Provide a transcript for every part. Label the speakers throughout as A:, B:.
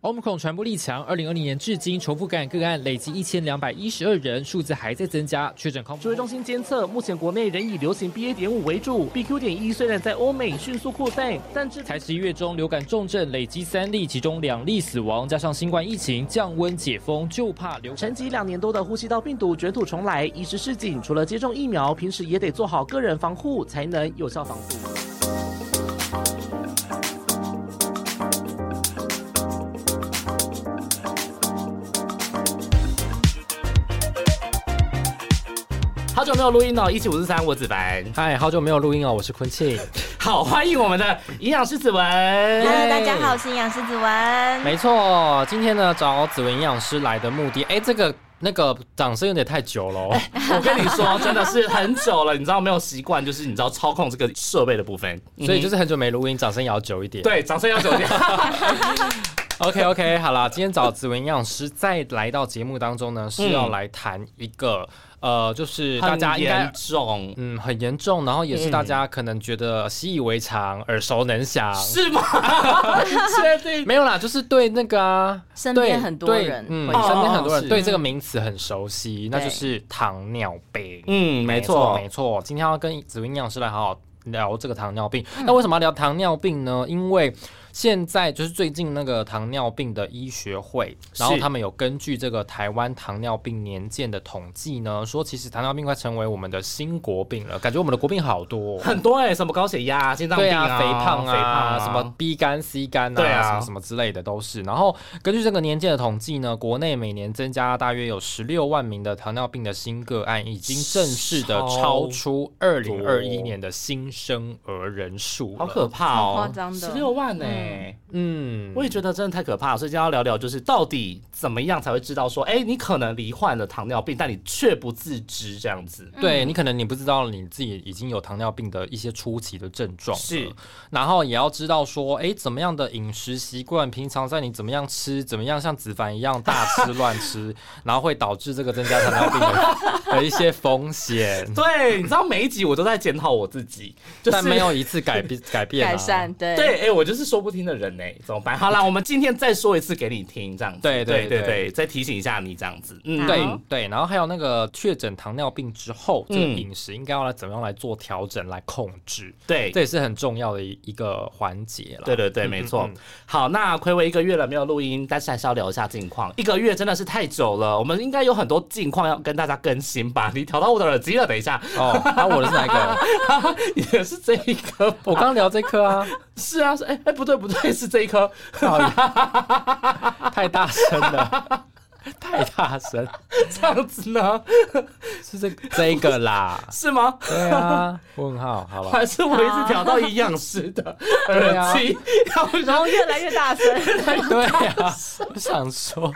A: Omicron 传播力强，二零二零年至今重复感染个案累计一千两百一十二人，数字还在增加。确诊康
B: 指挥中心监测，目前国内仍以流行 BA. 点五为主，BQ. 点一虽然在欧美迅速扩散，但至
A: 才十一月中流感重症累积三例，其中两例死亡，加上新冠疫情降温解封，就怕流
B: 沉寂两年多的呼吸道病毒卷土重来，医师示警，除了接种疫苗，平时也得做好个人防护，才能有效防护。好久没有录音了，一七五四三，我子凡，
A: 嗨，好久没有录音哦，我是坤庆。
B: 好，欢迎我们的营养师子文。
C: Hello，大家
B: 哎
C: 好，我是营养师子文。
A: 没错，今天呢找紫文营养师来的目的，哎，这个那个掌声有点太久了、哦。
B: 我跟你说，真的是很久了，你知道没有习惯，就是你知道操控这个设备的部分，
A: 所以就是很久没录音，掌声也要久一点。
B: 对，掌声要久一点。
A: OK OK，好啦，今天找紫文营养师再来到节目当中呢，是要来谈一个、呃，就是 大家
B: 很
A: 应该
B: 严重
A: 嗯很严重，然后也是大家可能觉得习以为常、耳熟能详。
B: 是吗？ 确定？
A: 没有啦，就是对那个啊，
C: 身边
A: 对
C: 很多
A: 对
C: 人
A: 嗯，
C: 会哦
A: 身边很多人
B: 是
A: 对这个名词很熟悉，那就是糖尿病。
B: 嗯，没错，
A: 没错。今天要跟紫薇营养师来好好聊这个糖尿病。
C: 嗯
A: 那为什么要聊糖尿病呢？因为现在就是最近那个糖尿病的医学会，然后
B: 是
A: 他们有根据这个台湾糖尿病年鉴的统计呢，说其实糖尿病快成为我们的新国病了，感觉我们的国病好多、哦。
B: 很多哎、什么高血压、啊、心脏
A: 对
B: 病
A: 啊，肥胖
B: 肥胖
A: 啊，什么 B 肝、C 肝
B: 对
A: 啊，
B: 啊
A: 什么什么之类的都是。然后根据这个年鉴的统计呢，国内每年增加大约有十六万名的糖尿病的新个案，已经正式的超
B: 超
A: 出二零二一年的新生儿人数了
B: 好可怕哦，
C: 超夸张的
B: 十六万呢、
A: 嗯，
B: 我也觉得真的太可怕了，所以今天要聊聊，就是到底怎么样才会知道说，哎、你可能罹患了糖尿病，但你却不自知这样子。
A: 对你可能你不知道你自己已经有糖尿病的一些初期的症状了
B: 是，
A: 然后也要知道说，哎，怎么样的饮食习惯，平常在你怎么样吃，怎么样像子凡一样大吃乱吃，然后会导致这个增加糖尿病 的的一些风险，
B: 对，你知道每一集我都在检讨我自己，就 是
A: 但没有一次改变改变、啊、
C: 改善，对
B: 对，哎、我就是说不听的人呢、欸怎么办？好啦，我们今天再说一次给你听，这样子。
A: 对对
B: 对
A: 对
B: 对，再提醒一下你这样子。嗯，
C: 好
A: 对对，然后还有那个确诊糖尿病之后，这个
B: 嗯
A: 饮食应该要来怎么样来做调整来控制，
B: 对
A: 这也是很重要的一一个环节了。
B: 对对对，没
A: 嗯
B: 错。好，那暌违一个月了，没有录音，但是还是要聊一下近况。一个月真的是太久了，我们应该有很多近况要跟大家更新吧？你调到我的耳机了，等一下，
A: 哦，那、我的是哪一个？
B: 也是这一颗，
A: 我刚聊这颗啊。
B: 是啊，是哎、哎，不对不对，是这一颗。
A: 太大声了，太大声，
B: 这样子呢？。
A: 是这这一个啦
B: 是吗？
A: 对啊，问号，好吧。
B: 还是我一直调到营养师的
A: 对啊
B: 耳机，然后
C: 然后越来越大声，
A: 对啊，我想说，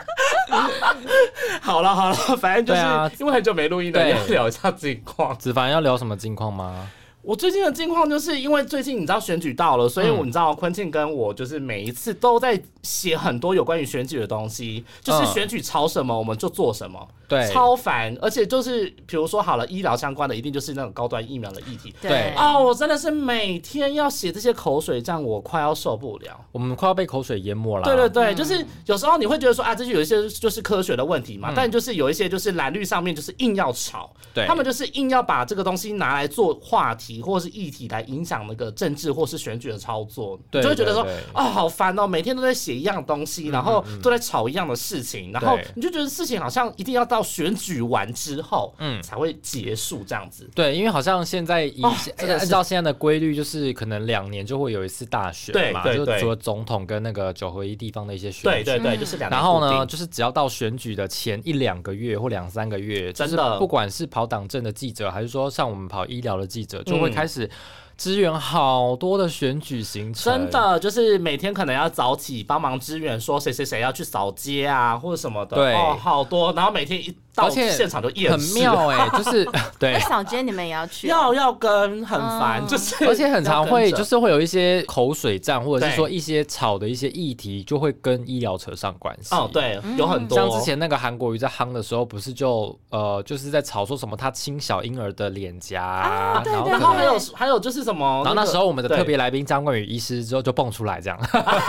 B: 好了好了，反正就
A: 对啊
B: 是因为很久没录音了，
A: 对
B: 要聊一下近况。
A: 子凡要聊什么近况吗？
B: 我最近的近况就是因为最近你知道选举到了，所
A: 嗯
B: 以我你知道昆庆跟我就是每一次都在写很多有关于选举的东西，就是
A: 嗯
B: 选举吵什么我们就做什么，
A: 对
B: 超烦。而且就是比如说好了，医疗相关的一定就是那种高端疫苗的议题。
A: 对
B: 哦，我真的是每天要写这些口水战，我快要受不了。
A: 我们快要被口水淹没了。
B: 对对对，就是有时候你会觉得说啊，这就有一些就是科学的问题嘛，但就是有一些就是蓝绿上面就是硬要吵，
A: 嗯对
B: 他们就是硬要把这个东西拿来做话题或是议题来影响那个政治或是选举的操作，
A: 对
B: 你就会觉得说
A: 对对嗯
B: 啊、好烦哦，每天都在写一样东西，然后都在吵一样的事情，然后
A: 对
B: 你就觉得事情好像一定要到选举完之后，
A: 嗯
B: 嗯，才会结束这样子。
A: 对因为好像现在以、
B: 哦真的
A: 按
B: 是
A: 照现在的规律，就是可能两年就会有一次大选嘛，
B: 对对
A: 就是
B: 对
A: 除了总统跟那个九合一地方的一些选举。
B: 对对对，就是两。
A: 然后呢，？就是只要到选举的前一两个月或两三个月，
B: 真的
A: 就是不管是跑党政的记者，还是说像我们跑医疗的记者，就会
B: 嗯
A: 开始支援好多的选举行程。
B: 真，的就是每天可能要早起帮忙支援，说谁谁谁要去扫街啊，或者什么的。
A: 对
B: 哦，好多。然后每天一到
A: 而且
B: 现场就夜
A: 很
B: 市，
A: 妙 哎、就是对
C: 那。扫街你们也要去哦？
B: 要要跟很烦，
C: 嗯
B: 就是
A: 而且很常会
B: 要跟着
A: 就是会有一些口水战，或者是
B: 对
A: 说一些吵的一些议题，就会跟医疗扯上关系。
B: 哦，，对，有很多。
A: 像之前那个韩国瑜在夯的时候，不是就呃就是在吵说什么他亲小婴儿的脸颊啊，
C: 对
A: 然后
C: 对
A: 可
B: 然后
A: 能
B: 还有还有就是什么？
A: 然后那
B: 哦个
A: 时候我们的特别来宾张冠宇医师之后就蹦出来，这样，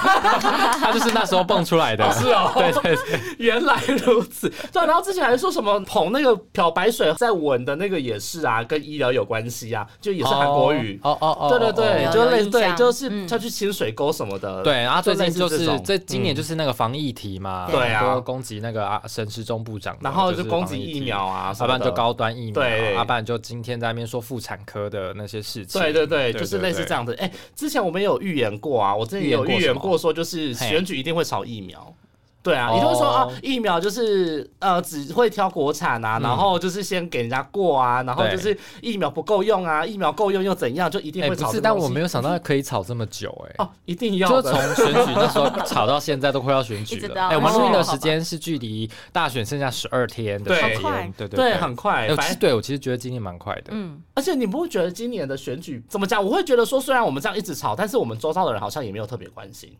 A: 他就是那时候蹦出来的，
B: 是哦
A: 对对对，
B: 原来如此，对。然后之前还说什么捧那个漂白水在闻的那个也是啊，跟医疗有关系啊，就也是韩国语。
A: 哦哦哦，
B: 对对
A: 哦
B: 对，
C: 有
B: 就
C: 有
B: 类
C: 印
B: 对，
C: 象
B: 就是
C: 嗯
B: 他去清水沟什么的。
A: 对，然后最近就
B: 类似
A: 是
B: 这种
A: 这今年
B: 嗯
A: 就是那个防疫题嘛，
B: 对啊
A: 很多攻击那个啊沈时中部长的，
B: 然后
A: 就
B: 就是攻
A: 防
B: 击
A: 疫
B: 疫
A: 题
B: 苗啊什
A: 要不
B: 么
A: 然
B: 的，
A: 就高端疫苗，啊
B: 对
A: 要不然就今天在那边说妇产科的那些事情，
B: 对对对，就是类似
A: 样。
B: 这样的。哎，之前我们有预言过啊，我之前也有
A: 预言过
B: 预
A: 什
B: 言
A: 么
B: 过说，就是
A: 嘿
B: 选举一定会炒疫苗。对啊，
A: 哦
B: 也就是说啊，疫苗就是呃只会挑国产啊，
A: 嗯
B: 然后就是先给人家过啊，然后
A: 对
B: 就是疫苗不够用啊，疫苗够用又怎样，就一定
A: 哎，
B: 会
A: 不
B: 炒
A: 是，
B: 这个东西。
A: 但我没有想到可以吵这么久，哎。
B: 哦，一定要
A: 就
B: 的
A: 从选举那时候吵到现在，都快要选举
C: 一直
A: 了。
C: 到
A: 哎，我们录音的
C: 哦
A: 时间是距离大选剩下十二天的
B: 对
A: 时
B: 好
A: 间
C: 快，
A: 对对
B: 对，很快
A: 哎，我其
B: 反
A: 实
B: 正。
A: 对我其实觉得今年蛮快的。
C: 嗯，
B: 而且你不会觉得今年的选举怎么讲？我会觉得说，虽然我们这样一直吵，但是我们周遭的人好像也没有特别关心。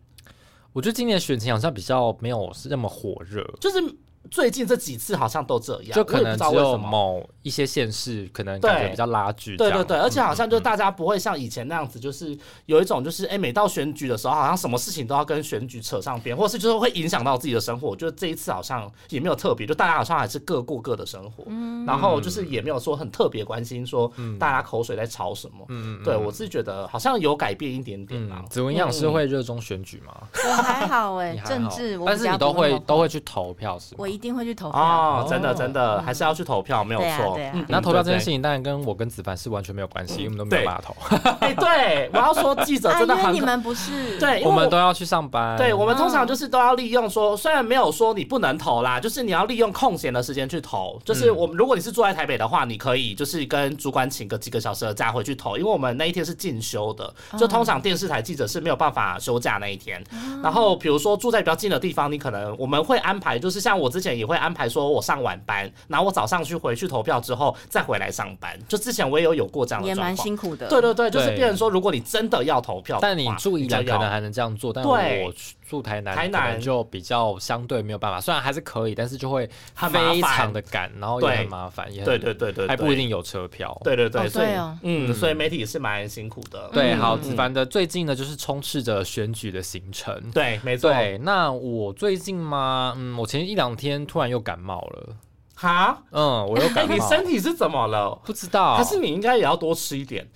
A: 我觉得今年选情好像比较没有那么火热，
B: 就是最近这几次好像都这样，
A: 就可
B: 我也
A: 能
B: 不知
A: 只
B: 道为
A: 有
B: 什么。
A: 某一些县市可能感觉
B: 对
A: 比较拉锯这
B: 对
A: 样。
B: 对对，而且好
A: 嗯
B: 像就大家不会像以前那样子，就是有一种就是哎、每到选举的时候，好像什么事情都要跟选举扯上边，或是就是会影响到自己的生活。我觉得这一次好像也没有特别，就大家好像还是各过各的生活，
C: 嗯
B: 然后就是也没有说很特别关心说大家口水在吵什么。
A: 嗯嗯，嗯
B: 对我是觉得好像有改变一点点啦
A: 嗯，。子文样是会热衷选举吗？
C: 我还好哎、
A: 你还
C: 政
A: 好
C: 治我
A: 但
C: 比
A: 是你
C: 较
A: 都
C: 不那
A: 会
C: 么
A: 都会去投票是吗
C: 我？一定会去投票。
B: 哦
A: 哦，
B: 真的真的，还是要去投票，没有
C: 对啊
B: 错
C: 对啊。
B: 嗯
A: 那投票这件
B: 对
A: 事
B: 嗯
A: 情当然跟我跟子凡是完全没有关系，因为我们都没有
B: 对
A: 办法投，
B: 哎，对，我要说记 者
C: 啊，
B: 真
C: 因
B: 的
C: 为
B: 很
C: 你们不是
B: 对，因为
A: 我们都要去上班。
B: 对，我们通常
C: 嗯
B: 就是都要利用说，虽然没有说你不能投啦，就是你要利用空闲的时间去投。就是
A: 嗯
B: 我们如果你是住在台北的话，你可以就是跟主管请个几个小时的假回去投，因为我们那一天是进修的，就
C: 哦
B: 通常电视台记者是没有办法休假那一天。然后比如说住在比较近的地方，你可能我们会安排，就是像我之前也会安排说我上晚班，然后我早上去回去投票之后再回来上班。就之前我也有有过这样的
C: 也
B: 状
C: 蛮
B: 况。
C: 辛苦的。
B: 对对对，就是
A: 对
B: 变成说，如果你真的要投票的话，
A: 但你住宜兰
B: 就要
A: 可能还能这样做，但
B: 对
A: 我住台南，
B: 台南
A: 可能就比较相对没有办法。虽然还是可以，但是就会
B: 很麻烦
A: 非常的赶，然后也
B: 对
A: 很麻烦，也很
B: 对对对对，
A: 还不
B: 对
A: 一定有车票。
B: 对对对，
C: 哦
B: 所以
C: 对哦
B: 嗯，
A: 嗯
B: 所以媒体也是蛮辛苦的。
A: 对，
C: 嗯
A: 好，子凡的最近呢，就是充斥着选举的行程。
B: 对，没错。
A: 对，那我最近嘛，嗯，我前一两天突然又感冒了，
B: 哈，
A: 嗯，我又
B: 哎，
A: 感
B: 你
A: 冒，
B: 身体是怎么了？
A: 不知道，
B: 可是你应该也要多吃一点，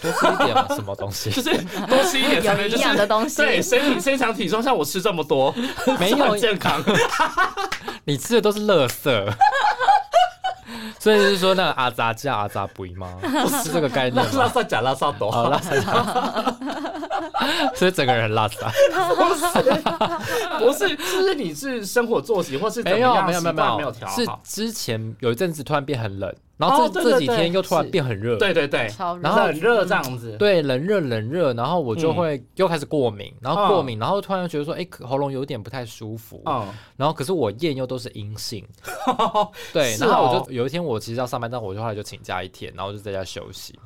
A: 多吃一点嘛什么东西？
B: 就是多吃一点才能
C: 有
B: 就
C: 营养
B: 是
C: 的东西
B: 对身体身强体壮，像我吃这么多，
A: 没
B: 是
A: 有
B: 很，健康。
A: 你吃的都是垃圾。所以就是说，那个阿杂酱、阿杂不 吗？是这个概
B: 拉
A: 念
B: 拉
A: 吗？
B: 萨假拉萨多，
A: 哦，拉撒，所以整个人很拉啊撒。
B: 不是，就是你是生活作息或是怎么
A: 没有
B: 样
A: 没有没
B: 习
A: 有
B: 惯没
A: 有
B: 有调，
A: 是
B: 好。
A: 之前有一阵子突然变很冷，然后
B: 哦
A: 这
B: 对
A: 这
B: 对
A: 几
B: 对
A: 天又突然
B: 是
A: 变很热，
B: 对对对，
C: 超热，
A: 然后
B: 很热这样子。
A: 对，冷热冷热，然后我就
B: 嗯
A: 会又开始过敏，然后过敏，然后突然又觉得说，哎，可喉咙有点不太舒服，
B: 嗯，
A: 然后可是我验又都是阴 性，对，
B: 是
A: 然后我
B: 哦
A: 就有一天我其实要上班，但我就后来就请假一天，然后就在家休息。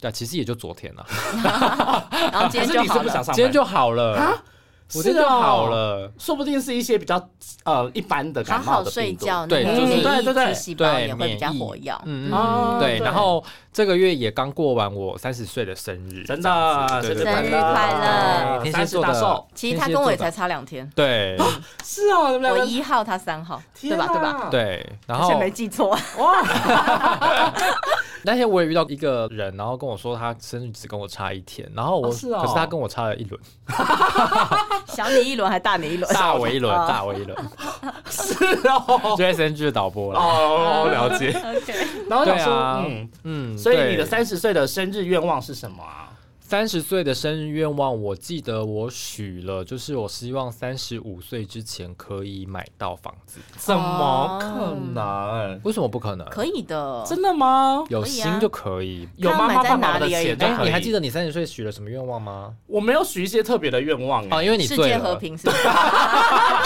A: 对，其实也就昨天了，
C: 然后今天
B: 还是
C: 就
B: 你是
C: 好
B: 不
C: 了。
B: 想上班？
A: 今天就好了，我今天
B: 是
A: 就
B: 哦
A: 好了。
B: 说不定是一些比较呃一般的
C: 好
B: 感冒
C: 好
B: 的
C: 睡
B: 病毒。
C: 觉，
A: 对
C: 那个
A: 就是
C: 免
B: 对对对
C: 疫细胞
A: 对
C: 也会比较活跃。
A: 嗯嗯
B: 哦
A: 嗯，对。
B: 对
A: 然后这个月也刚过完我三十岁的生日，
B: 真
A: 这样
B: 的，
A: 子对
B: 生
A: 对
B: 日
A: 对
C: 生
B: 快
C: 日快乐
B: 乐，
A: 天蝎
B: 三十
A: 座
B: 大
A: 的
B: 寿，
C: 其实他跟我也才差两天，
A: 对
B: 是哦，你们
C: 我
B: 两个啊
C: 一号，他三号，对吧？对吧？？
A: 对。然
C: 而且
A: 后
C: 没记 错，
B: 哇，
A: 那天我也遇到一个人，然后跟我说他生日只跟我差一天，然后我、
B: 哦是哦
A: 可是他跟我差了一轮，
C: 小你一轮还大你
B: 哎
C: 一轮，
A: 大我一轮，
C: 哦
A: 大我一轮，
B: 是 哦，
A: 就 S N G 的导播了。
B: 哦，了解。
C: OK，
B: 然后
A: 对
B: 想
A: 啊
B: 说，，嗯，
A: 嗯，
B: 所以你的
A: 对
B: 三十岁的生日愿望是什么啊？
A: 三十岁的生日愿望，我记得我许了，就是我希望三十五岁之前可以买到房子。
B: 怎么可能？
A: 为什么不可能？
C: 可以啊的。
B: 啊真的吗？
A: 有
C: 可以啊
A: 心就可以。
B: 有妈妈爸
C: 看
B: 爸
C: 买在哪
B: 的
C: 里而已
B: 钱就
A: 哎、
B: 可以，
A: 你还记得你三十岁许了什么愿望吗？
B: 我没有许一些特别的愿望
A: 哦，
B: 哎，
A: 因为你
C: 世
A: 醉
C: 界
A: 了，
C: 和平是吧？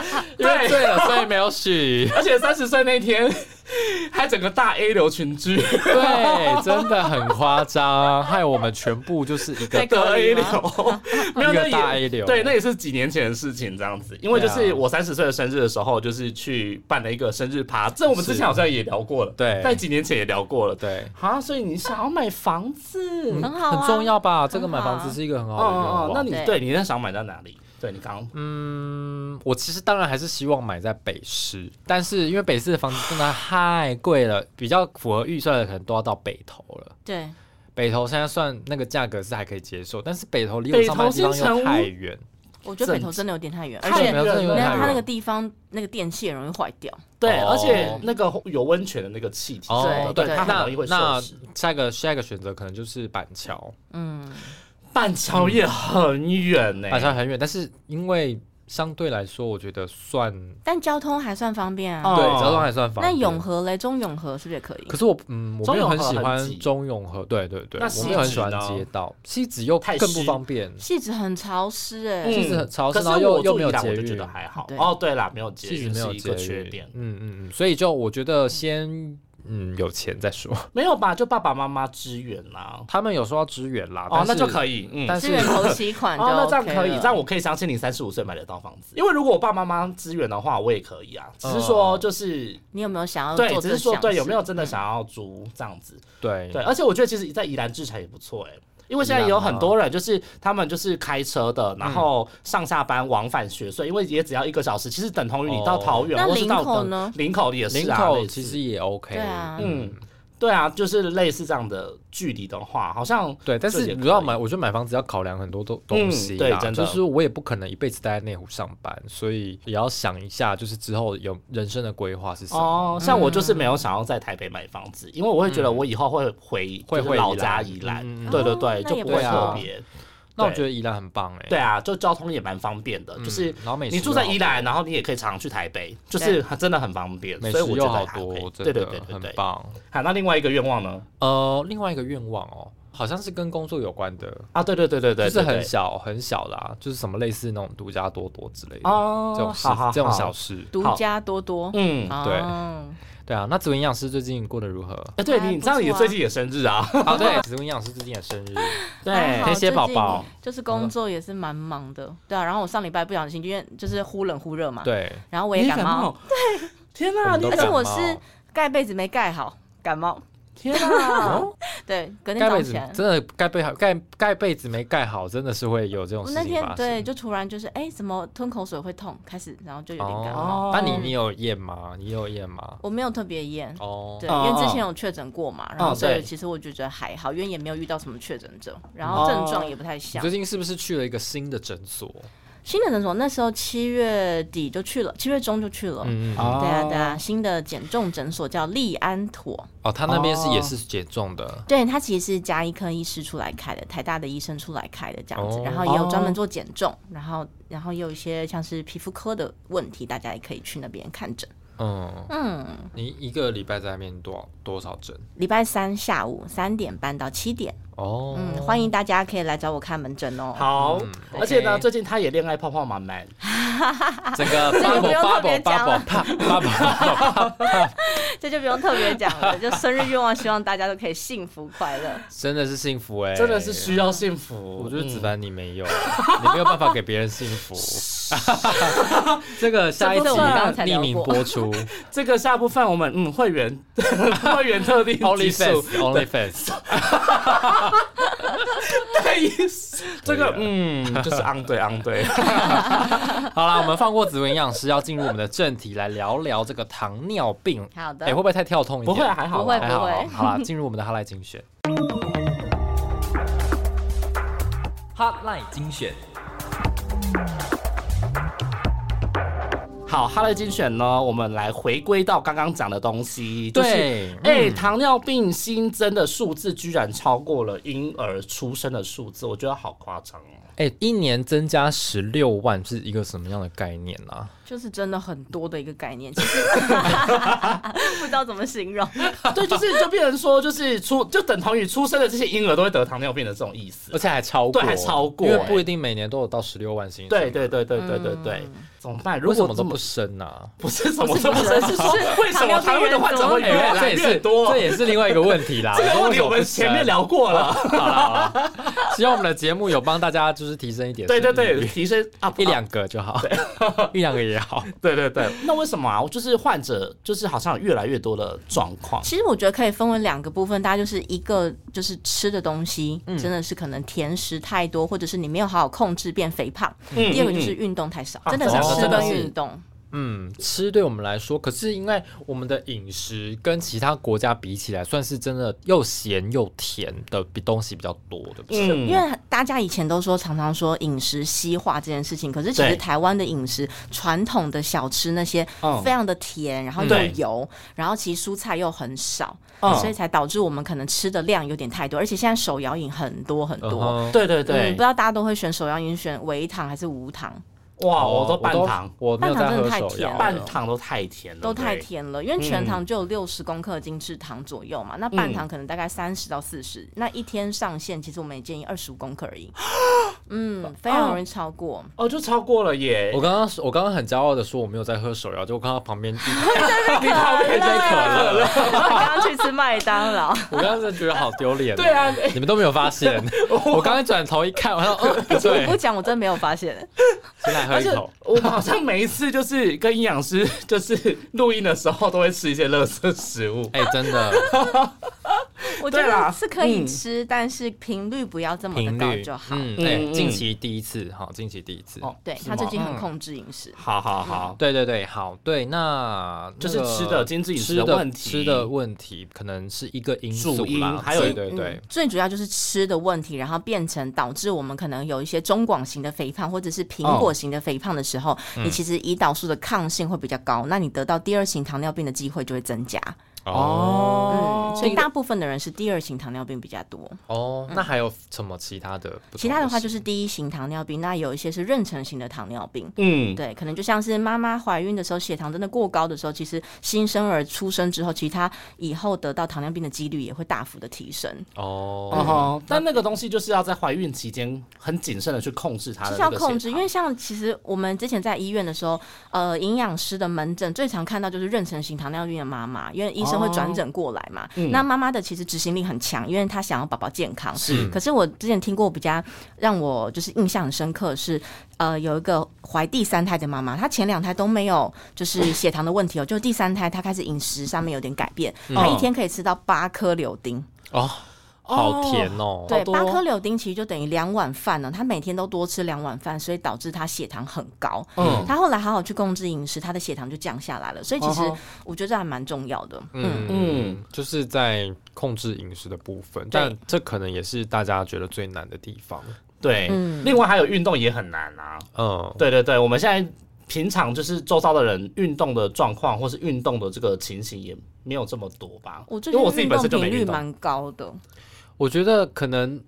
B: 。
A: 因为醉了，所以没有许
B: 而且三十岁那天 还还整个大 A 流群居，
A: 对，真的很夸张，害我们全部就是一 个
C: 在隔
B: 得
C: 离
B: A 流
C: 吗，
B: 没有
A: 一个
B: 那也
A: 大 A 流
B: 对，那也是几年前的事情，这样子。因为就
A: 对
B: 是
A: 啊
B: 我三十岁的生日的时候，就是去办了一个生日趴，这我们之前好像也聊过了，
A: 对
B: 但几年前也聊过了，。
A: 对，嗯
B: 啊，所以你想要买房子，
C: 很好啊
A: 很重要吧？这个
C: 很
A: 买
C: 好啊
A: 房子是一个很好
B: 哦
A: 的愿望。
B: 哦哦，那你
C: 对
B: 对你那想买到哪里？对你刚
A: 嗯，我其实当然还是希望买在北市，但是因为北市的房子真的太贵了，比较符合预算的可能都要到北投了。
C: 对，
A: 北投现在算那个价格是还可以接受，但是北投离我
B: 北
A: 上班的地
B: 投
A: 方
B: 新城
A: 又
B: 屋
A: 太远，
C: 我觉得北投真的有点太远，而
A: 太
C: 且
A: 远了
B: 了
A: 真的
C: 没有
A: 太远
C: 它那个地方那个电器也容易坏掉。
B: 对，
A: 哦
B: 而且那个有温泉的那个气体，
A: 哦
B: 对，
C: 对
B: 它很容易会
A: 那
B: 受
A: 那
B: 湿。
A: 下一个下一个选择可能就是板桥，
C: 嗯，
B: 板桥也很远呢，
A: 板桥很远，但是因为相对来说，我觉得算
C: 但交通还算方便啊。
B: 哦
A: 对，交通还算方
C: 那
A: 便。
C: 永和嘞，中永和是不是也可以
A: 可？是我嗯，我
B: 中
A: 没有
B: 永
A: 很
B: 和
A: 喜
B: 很
A: 欢
B: 挤
A: 中永和，对对对，
B: 那
A: 我没
B: 西
A: 有很
B: 子
A: 喜欢
B: 呢
A: 街道，西子又
B: 太
A: 更不
B: 湿
A: 方便，
C: 戏子很潮湿哎、
B: 嗯
A: 西子很潮湿，
B: 可
A: 然
B: 是
A: 后
B: 我
A: 又又
B: 住
A: 没
B: 宜
A: 有
B: 兰，
A: 捷
B: 我就觉
A: 运
B: 得，还好。
C: 对
B: 哦，对啦，没有捷
A: 西
B: 运
A: 子没
B: 是
A: 有
B: 一
A: 捷
B: 个
A: 运，
B: 缺点。
A: 嗯嗯嗯，所以就我觉得先嗯有钱再说，
B: 没有吧？就爸爸妈妈支援啦。
A: 他们有说要支援啦，
B: 哦，那就
A: 以，
B: 可以，嗯。
A: 啊但
C: 资
A: 是
C: 源头期款就、OK
B: 哦，那这样可以，
C: 了
B: 这样我可以相信你三十五岁买得到房子。因为如果我爸爸妈妈支援的话，我也可以啊。只是说
A: 嗯
B: 就是
C: 你有没有想嗯要
B: 对，
C: 做
B: 只
C: 这
B: 是说
C: 项
B: 对
C: 事
B: 有没有真的想要租这样子？
A: 对
B: 对，而且我觉得其实在宜兰制产也不错哎、因为现在也有很多人，就是他们就是开车的，然后
A: 嗯
B: 上下班往返学，所以因为也只要一个小时，其实等同于你到桃园、
C: 哦
B: 或是到
C: 那林口呢
B: 林口也
A: 林
B: 是啊，
A: 口
B: 类似
A: 其实也 OK，
C: 对啊
B: 嗯，对啊，就是类似这样的距离的话，好像
A: 对，但是
B: 这也
A: 你要
B: 可以
A: 买，我觉得买房子要考量很多东
B: 嗯
A: 东西
B: 对
A: 啦、
B: 真的
A: 就是我也不可能一辈子待在内湖上班，所以也要想一下，就是之后有人生的规划是什么。
B: 哦，像我就是
A: 嗯
B: 没有想要在台北买房子，因为我会觉得我以后会回
A: 会
B: 就是
A: 回
B: 老
A: 宜
B: 家
A: 兰
B: 宜兰
A: 嗯嗯，
B: 对对
C: 哦
B: 对，
C: 那
B: 就
C: 也
B: 不
A: 不
B: 会
A: 错
B: 特
A: 啊
B: 别。
A: 那我
B: 对
A: 觉得宜兰很棒哎、
B: 对啊，就交通也蛮方便的，就是
A: 嗯然后美食
B: 你住在
A: 又好
B: 宜兰，然后你也可以常去台北，就是真的很方便，
A: 美
B: 所以
A: 食
B: 我
A: 又
B: 觉得
A: 好
B: 还可
A: 多
B: 以，
A: 真
B: 对
A: 的
B: 对对对
A: 很
B: 对。
A: 棒。
B: 好，那另外一个愿望呢？
A: 呃，另外一个愿望哦，好像是跟工作有关的，
B: 啊，对对对对对，
A: 就是
B: 对
A: 很
B: 对
A: 小很小啦、就是什么类似那种独家多多之类的、
B: 哦，
A: 这种事
B: 好好
A: 这种
B: 好
A: 小事。
C: 独
B: 好
C: 家多多，
B: 嗯，
A: 对
C: 哦
A: 对啊，那紫文营养师最近过得如何？
B: 哎，对
C: 还
B: 你
C: 不
B: 知道你
C: 错啊
B: 最近也生日啊？
A: 啊，对，紫文营养师最近也生日，
C: 还好
A: 天蝎宝
C: 最近
A: 宝
C: 就是工作也是蛮忙的，对啊。然后我上礼拜不小心，因为就是忽冷忽热嘛，。
A: 对，
C: 然后我
B: 你
C: 也
B: 感
C: 感冒，，
B: 对，天哪，
A: 我们
B: 你
A: 都
C: 啊而且
A: 感冒
C: 我是盖被子没盖好，感冒。
B: 天啊 哪，
C: 对，隔天
A: 哦盖
C: 早
A: 被
C: 上
A: 子
C: 起来，
A: 真的盖被好盖盖被子没盖好，真的是会有这种
C: 我
A: 事
C: 那
A: 情
C: 天
A: 发生。
C: 对，就突然就是哎，怎么吞口水会痛，开始，然后就有点感冒。
A: 哦，那你你有验吗？你有验吗？
C: 我没有特别验，
A: 哦，
C: 对，
B: 哦
C: 因为
B: 哦
C: 之前有确诊过嘛，然后
B: 哦
C: 所以
B: 对哦
C: 其实我就觉得还好，因为也没有遇到什么确诊者，然后症状也不太
A: 你
C: 像
A: 最。近是不是去了一个新的诊所？
C: 新的诊所那时候七月底就去了，七月中就去了。
A: 嗯，嗯
B: 哦
C: 对啊，对啊，新的减重诊所叫利安妥，
A: 哦，他那边是
B: 哦
A: 也是减重的，
C: 对，它其实是加医科医师出来开的，台大的医生出来开的这样子，
A: 哦
C: 然后也有专门做减重，然后然后也有一些像是皮肤科的问题，大家也可以去那边看诊。
A: 嗯，
C: 嗯，
A: 你一个礼拜在那边多少多少针？
C: 礼拜三下午三点半到七点，
A: 哦，
C: 嗯，欢迎大家可以来找我看门诊哦。
B: 好，而且呢，
A: 嗯 OK
B: 最近他也恋爱泡泡满满，
A: 整个
C: 这个不
A: bubble
C: 用特别
A: bubble
C: 讲了
A: bubble 啪 bubble，
C: 这就不用特别讲了，就生日愿望，希望大家都可以幸福快乐。
A: 真的是幸福哎，
B: 真的是需要幸福。
A: 我觉得子
B: 嗯
A: 凡你没有，你没有办法给别人幸 福。这个下一集
C: 这部分我们刚才聊
A: 匿
C: 过
A: 名播 出
B: 这个下部分我们嗯会员 会员特定
A: ，Only
B: 集
A: Fans
B: 数
A: Only Fans，
B: 对，这
A: 对
B: 个
A: 啊
B: 嗯就是昂对昂 对，
A: 好啦，我们放过紫薇营养师，要进入我们的正题来聊聊这个糖尿病。
C: 好的
A: 哎，会不会太跳痛一
B: 不
A: 点？
B: 会啊还好
C: 不会
B: 啦
A: 还好啊。好啦，进入我们的 Hotline 精 选。Hotline 精选，
B: 好，哈雷精选呢，我们来回归到刚刚讲的东西，就是
A: 对
B: 哎、糖尿病新增的数字居然超过了婴儿出生的数字，我觉得好夸张哦。
A: 哎、一年增加十六万是一个什么样的概念啊？
C: 就是真的很多的一个概念，其实 不知道怎么形容。
B: 对，就是就变成说，就是出就等同于出生的这些婴儿都会得糖尿病的这种意思呃
A: 而。且还超过，
B: 对还超过哎
A: 因为不一定每年都有到十六万新生。
B: 对对对对对对对，嗯怎么 办？如
A: 为什
B: 果
A: 么
B: 这
A: 都不生呢、啊？
B: 不 是怎么
C: 不是
B: 这么
C: 不是
B: 多
C: 是是
B: 为什么台湾的患者会越
A: 哎这
B: 来
A: 也
B: 越
A: 是
B: 多
A: 这？也是另外一个问题啦。
B: 这个问
A: 为
B: 题
A: 什么
B: 我们
A: 不生
B: 前面聊过了。
A: 好啦好啦，希望我们的节目有帮大家就是提升一点，
B: 对对对，， 提升啊
A: 一两个就好， 一两个也好。
B: 对对对，那为什么啊？就是患者就是好像有越来越多的状况，
C: 其实我觉得可以分为两个部分，大家就是一个就是吃的东西，
A: 嗯
C: 真的是可能甜食太多，或者是你没有好好控制变肥胖；
B: 嗯
C: 第二个就是运动太少，
B: 啊
C: 真的是吃
A: 真的
C: 跟
A: 是
C: 运动。
A: 嗯，吃对我们来说，可是因为我们的饮食跟其他国家比起来，算是真的又咸又甜的比东西比较多，对不对？
B: 嗯
C: 因为大家以前都说常常说饮食西化这件事情，可是其
B: 对
C: 实台湾的饮食传统的小吃那些
B: 嗯
C: 非常的甜，然后又
B: 对
C: 油，然后其实蔬菜又很少，
B: 嗯
C: 所以才导致我们可能吃的量有点太多，而且现在手摇饮很多很
A: 嗯
C: 多。
A: 哼
B: 对对
C: 嗯
B: 对
C: 不知，道大家都会选手摇饮选微糖还是无糖，
B: 哇，
A: 哦
B: 我都半糖，
A: 我没有在喝手摇，
C: 半
B: 半糖都太甜了，
C: 都太甜了，因为全
B: 嗯
C: 糖就有六十公克精制糖左右嘛，那
A: 嗯
C: 半糖可能大概三十到四十，那一天上限其实我们也建议二十五公克 而已，嗯，非常容易超过。
B: 对，哦，就超过了耶
A: 我。刚刚我刚刚很骄傲的说我没有在喝手摇，结果看到旁边一 一
C: 好
A: 旁边一杯可 乐，
C: 刚刚去吃麦当劳，
A: 我刚刚真的觉得好丢脸。哦
B: 对啊，
A: 你们都没有发 现，我刚刚转头一看，我说哦不
C: 我
A: 对
C: 不，讲我真没有发现。
A: 先来喝
B: 而
A: 一
B: 且
A: 口。
B: 我们好像每一次就是跟营养师 就是录音的时候，都会吃一些垃圾食物。
A: 哎，真的，
C: 我觉
B: 对啦
C: 得是可以
B: 嗯
C: 吃，但是频率不要这么的
A: 频
C: 高
A: 率
C: 就好。
A: 嗯，哎
B: 嗯，
A: 近期第一次，好，近期第一次。
B: 哦
C: 对
B: 是
C: 他最
B: 吗
C: 近很
A: 嗯
C: 控制饮食。
B: 好好好，
A: 对对对，好，对，那
B: 就是
A: 那个
B: 吃的精致饮食
A: 吃
B: 的
A: 的
B: 问题
A: 吃的问题可能是一个因
B: 主
A: 素
B: 因
A: 啦，
B: 还有
A: 对对对
C: 嗯，，最主要就是吃的问题，然后变成导致我们可能有一些中广型的肥胖或者是苹果型的肥胖的时候，
A: 嗯
C: 你其实胰岛素的抗性会比较高，那你得到第二型糖尿病的机会就会增加。
B: 哦
C: 嗯，所以大部分的人是第二型糖尿病比较多。
A: 哦，那还有什么其他的不同事？
C: 其他的话就是第一型糖尿病，那有一些是妊娠型的糖尿病。
B: 嗯，
C: 对，可能就像是妈妈怀孕的时候，血糖真的过高的时候，其实新生儿出生之后，其实他以后得到糖尿病的几率也会大幅的提升。
B: 哦
A: 哦，
C: 嗯
B: 吼，但那个东西就是要在怀孕期间很谨慎的去控制它的
C: 其
B: 那
C: 实要
B: 个
C: 控
B: 血
C: 制，因
B: 糖
C: 为像其实我们之前在医院的时候，呃，营养师的门诊最常看到就是妊娠型糖尿病的妈妈，因为医生会
B: 哦
C: 转诊过来嘛。
B: 嗯
C: 那妈妈的其实执行力很强，因为她想要宝宝健康。
B: 是
C: 可是我之前听过比较让我就是印象很深刻的是，呃，有一个怀第三胎的妈妈，她前两胎都没有就是血糖的问题哦，就第三胎她开始饮食上面有点改变，
B: 嗯
C: 她
B: 哦
C: 一天可以吃到八颗柳丁，
A: 哦，好甜哦，
C: 对，
B: 多
C: 八颗柳丁其实就等于两碗饭呢，她每天都多吃两碗饭，所以导致她血糖很高。
B: 嗯
C: 她后来好好去控制饮食，她的血糖就降下来了，所以其实
B: 哦吼
C: 我觉得这还蛮重要的。
A: 嗯
C: 嗯
B: 嗯
A: 嗯，就是在控制饮食的部分，但这可能也是大家觉得最难的地方。
B: 对，
C: 嗯
B: 另外还有运动也很难啊。
A: 嗯，
B: 对对对，我们现在平常就是周遭的人运动的状况或是运动的这个情形也没有这么多吧。
C: 我最
B: 因为我
C: 近运
B: 自己本
C: 动
B: 身就没
C: 频率
B: 运动，
C: 蛮高的，
A: 我觉得可能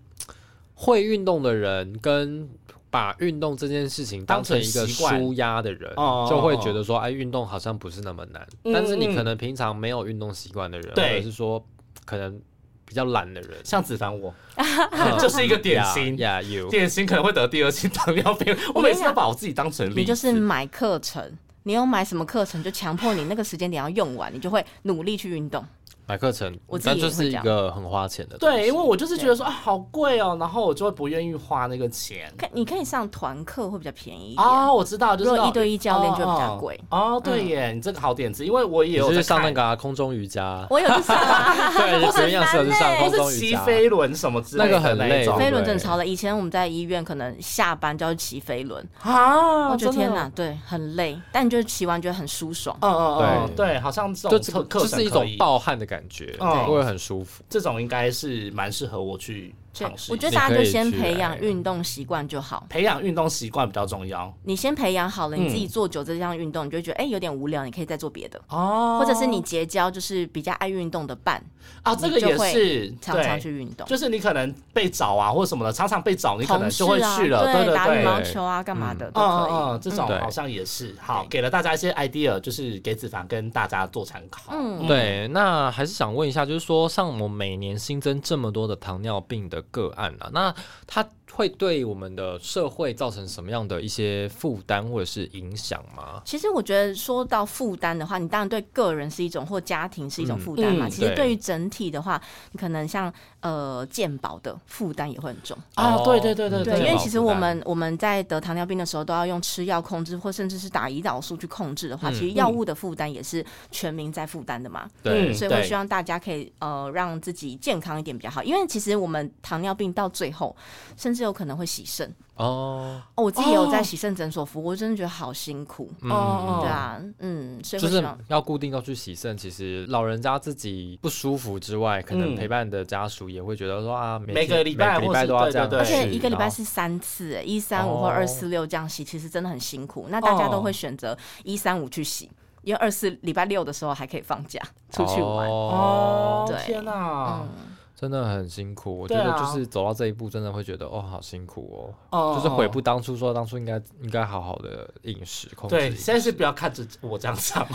A: 会运动的人跟把运动这件事情当成一
B: 当
A: 个
B: 成习惯
A: 舒压的人
B: 哦，
A: 就会觉得说，哎，运动好像不是那么难。
B: 嗯
A: 但是你可能平常没有运动习惯的人，
B: 对
A: 或者是说可能比较懒的人，
B: 像子凡我
A: 嗯
B: 就是一个典型。
A: Yeah, yeah, you
B: 典型可能会得第二型糖尿病，我每次都把我自己当成
C: 你
B: 例
C: 就
B: 子。
C: 是买课程。你有买什么课程，就强迫你那个时间点要用完，你就会努力去运动。
A: 买课程
C: 我，自己
A: 但就
C: 也会
A: 是一
C: 这样
A: 个很花钱的东西。
B: 对，因为我就是觉得说啊，好贵哦，然后我就会不愿意花那个钱。
C: 看，你可以上团课会比较便宜一点。
B: 哦，我知道，就是
C: 如果
B: 那种
C: 一对一教练就比较贵
B: 哦哦，哦对耶，你这个好点子，因为我也
A: 你是
B: 有
A: 不
B: 在
A: 是上那
B: 看
A: 个啊空中瑜伽，
C: 我有去上啊，
A: 对，
C: 不是
A: 有营养师有去上空
B: 或
A: 中
B: 是
A: 瑜
B: 骑
A: 伽。
B: 飞轮什么之类
A: 那
B: 的
A: 个很
B: 那一
A: 累
B: 种
C: 飞轮真的超累。以前我们在医院可能下班就要骑飞轮，
B: 啊！
C: 我觉得
B: 真的
C: 天哪，对，很累，但你就骑完觉得很舒爽。
B: 嗯嗯嗯，
A: 对
B: 对，好像这
A: 就
B: 种
A: 这
B: 课
A: 个
B: 课
A: 就
B: 程
A: 是一
B: 可
A: 种
B: 以
A: 暴汗的感觉，
B: 嗯
A: 会很舒服。
B: 这种应该是蛮适合我去
C: 对
B: 尝，试
C: 我
B: 一下。
C: 觉得大家就先
A: 你可以
C: 培
A: 去
C: 养
A: 哎
C: 运动习惯就好。
B: 培养运动习惯比较重要
C: 你先培养好了，
B: 嗯
C: 你自己做久这项运动，你就会觉得哎、有点无聊，你可以再做别的，
B: 哦
C: 或者是你结交就是比较爱运动的伴，
B: 啊，这个也是
C: 常常去
B: 对，
C: 运动。
B: 就是你可能被找啊或什么的，常常被找，你可能
C: 同事
B: 就会
C: 啊，
B: 去了，对
C: 打羽
B: 对
C: 毛
B: 对。
C: 球啊，干嘛的都
B: 嗯
C: 可
B: 嗯，这种
A: 对
B: 好像也是好，给了大家一些 idea，就是给子凡跟大家做参考。
C: 嗯
A: 对，那还是想问一下，就是说，像我们每年新增这么多的糖尿病的个案啊。那它会对我们的社会造成什么样的一些负担或者是影响吗？
C: 其实我觉得说到负担的话，你当然对个人是一种，或家庭是一种负担嘛。
B: 嗯嗯
C: 其实
A: 对
C: 对于整体的话，你可能像呃健保的负担也会很重。
B: 啊
A: 哦，
B: 对对对对
C: 对，因为
A: 健保
C: 其实
A: 负
C: 我
A: 担
C: 们我们在得糖尿病的时候，都要用吃药控制，或甚至是打胰岛素去控制的话，
A: 嗯
C: 其实药物的负担也是全民在负担的嘛。
A: 对，
B: 嗯
C: 所以会
B: 对
C: 希望大家可以呃让自己健康一点比较好，因为其实我们糖尿病到最后，甚至有可能会洗肾。
A: 哦，
C: 哦，我自己也有在
B: 哦
C: 洗肾诊所服务，我真的觉得好辛苦。
A: 嗯
B: 哦
C: 对啊，嗯，所以
A: 就
C: 会希
A: 是
C: 望。
A: 要固定要去洗肾，其实老人家自己不舒服之外，可能
B: 嗯
A: 陪伴的家属也会觉得说啊，每
B: 每个礼拜
A: 每个礼
B: 或
A: 拜
B: 是
A: 都要
B: 对
A: 这样，
B: 对
C: 而
B: 对
C: 且一个礼拜
A: 然后
C: 是三次，欸一三五
A: 哦
C: 或二四六这样洗，其实真的很辛苦。那大家都会选择一三五去洗，因为二四礼拜六的时候还可以放假出去玩。
A: 哦
B: 哦，
C: 对
B: 天哪，
C: 嗯，
A: 真的很辛苦。我觉
B: 对
A: 得就
B: 啊
A: 是走到这一步，真的会觉得哦，好辛苦哦，
B: 哦
A: 就是悔不当初，说当初应该应该好好的饮食控制饮
B: 对，
A: 食。
B: 现在是不要看着我这样唱，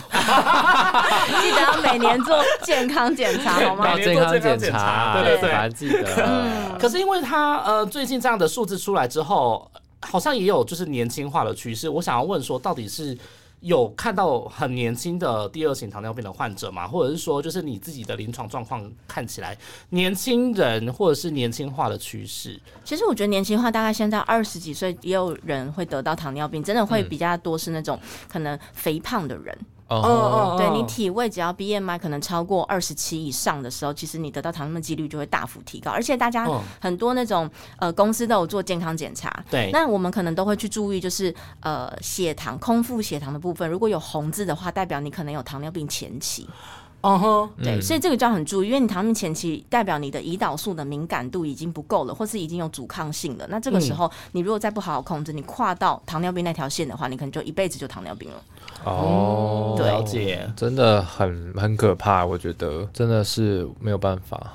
C: 记得要每年做健康检查，好吗
A: 要？
B: 每
A: 健
B: 年做
A: 康
B: 健
A: 检
B: 康检
A: 查，
B: 查对对对
A: 反正记 得。嗯
B: 可是因为他呃最近这样的数字出来之后，好像也有就是年轻化的趋势。我想要问说，到底是有看到很年轻的第二型糖尿病的患者吗？或者是说，就是你自己的临床状况看起来，年轻人或者是年轻化的趋势？
C: 其实我觉得年轻化，大概现在二十几岁也有人会得到糖尿病，真的会比较多是那种可能肥胖的人。
B: 嗯
A: 哦，
C: 对你体味只要 BMI 可能超过二十七以上的时候，其实你得到糖尿病几率就会大幅提高。而且大家
B: 嗯
C: 很多那种呃公司都有做健康检查，
B: 对
C: 那我们可能都会去注意，就是呃血糖空腹血糖的部分，如果有红字的话，代表你可能有糖尿病前期。
B: 嗯
A: 哦
B: 哼，
C: 对，所以这个就要很注意，因为你糖尿病前期代表你的胰岛素的敏感度已经不够了，或是已经有阻抗性了。那这个
B: 嗯
C: 时候，你如果再不好好控制，你跨到糖尿病那条线的话，你可能就一辈子就糖尿 病了。
A: 哦，
C: 对
B: 了解。
A: 真的很很可怕，我觉得真的是没有办法。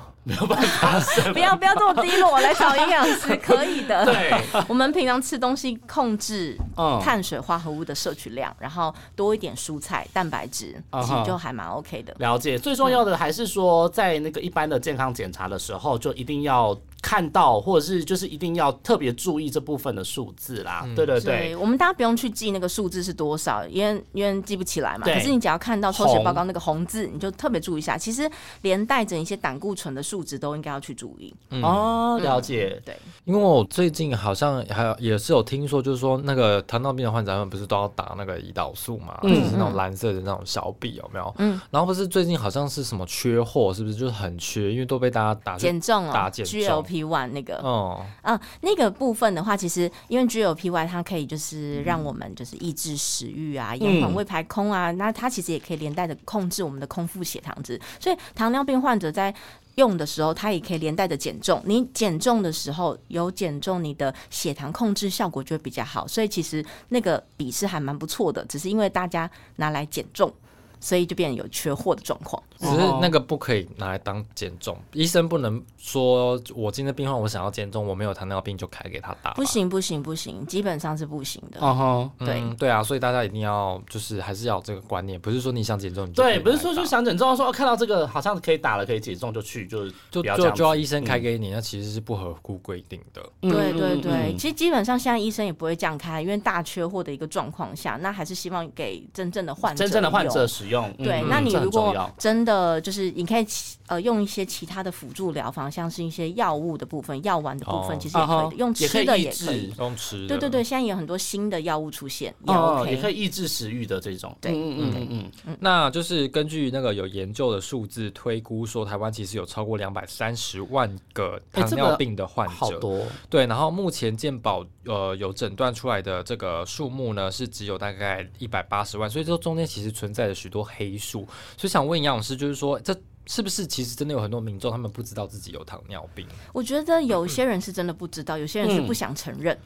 C: 不要不要这么低落，来找营养 师可以的。
B: 对，
C: 我们平常吃东西控制
B: 嗯
C: 碳水化合物的摄取量，然后多一点蔬菜、蛋白质，
B: 啊
C: 其
B: 哈
C: 实就还蛮 OK 的。
B: 了解，最重要的还是说，在那个一般的健康检查的时候，就一定要看到，或者是就是一定要特别注意这部分的数字啦。
A: 嗯
B: 对对
C: 所
B: 对
C: 以，我们大家不用去记那个数字是多少，因为因为记不起来嘛。
B: 对
C: 可是你只要看到抽血
B: 红
C: 报告那个红字，你就特别注意一下。其实连带着一些胆固醇的数值都应该要去注意。
B: 哦，
C: 嗯
B: 了解。
C: 对，
A: 因为我最近好像还有也是有听说，就是说那个糖尿病的患者他们不是都要打那个胰岛素嘛，
B: 嗯
A: 就是那种蓝色的那种小笔有没有？嗯，然后不是最近好像是什么缺货，是不是就是很缺，因为都被大家打去
C: 减重哦
A: 打减重
C: ，GLP one 那个，
A: 哦，
C: 嗯，那个部分的话，其实因为 GLP-1 它可以就是让我们就是抑制食欲啊，延缓胃排空啊，那它其实也可以连带着控制我们的空腹血糖值，所以糖尿病患者在。用的时候，它也可以连带着减重。你减重的时候有减重，你的血糖控制效果就会比较好。所以其实那个比是还蛮不错的，只是因为大家拿来减重，所以就变得有缺货的状况。
A: 只是那个不可以拿来当减重，医生不能说我今天病患我想要减重，我没有糖尿病就开给他打吧，
C: 不行不行不行，基本上是不行的。
B: 嗯哼，
A: 嗯，
C: 对
A: 对啊，所以大家一定要就是还是要有这个观念，不是说你想减重你就可以
B: 对，不是
A: 来
B: 说
A: 打
B: 就想减重，说哦看到这个好像可以打了，可以减重就去，就
A: 就
B: 不要
A: 就
B: 这样
A: 就
B: 子。
A: 要医生开给你，那其实是不合乎规定的。
C: 对对
B: 嗯
C: 对，
B: 嗯
C: 其实基本上现在医生也不会这样开，因为大缺货的一个状况下，那还是希望给真正的患者
B: 真正的患者
C: 有。
B: 使用，嗯
C: 对，
B: 嗯
C: 那你
B: 这很
C: 如
B: 重
C: 果
B: 要
C: 真的就是，你可以其呃用一些其他的辅助疗法，像是一些药物的部分、药丸的部
A: 哦
C: 分，其实也可以
B: 啊
C: 的
B: 哈
C: 用
B: 也可
C: 吃
B: 以
C: 的
B: 抑
C: 也可以
B: 制。
A: 用吃的
C: 对对对，现在有很多新的药物出现，也
B: 哦，也可
C: OK。
B: 以抑制食欲的这种，
C: 对
B: 嗯嗯嗯嗯
A: 那就是根据那个有研究的数字推估说，台湾其实有超过两百三十万个糖尿病的患
B: 嗯，
A: 者，
B: 好多，
A: 对。然后目前健保呃有诊断出来的这个数目呢，是只有大概一百八十万，所以这中间其实存在着许多黑数。所以想问营养师，就是说这是不是其实真的有很多民众他们不知道自己有糖尿病？
C: 我觉得有些人是真的不知道，有些人是
B: 嗯
C: 不想承认。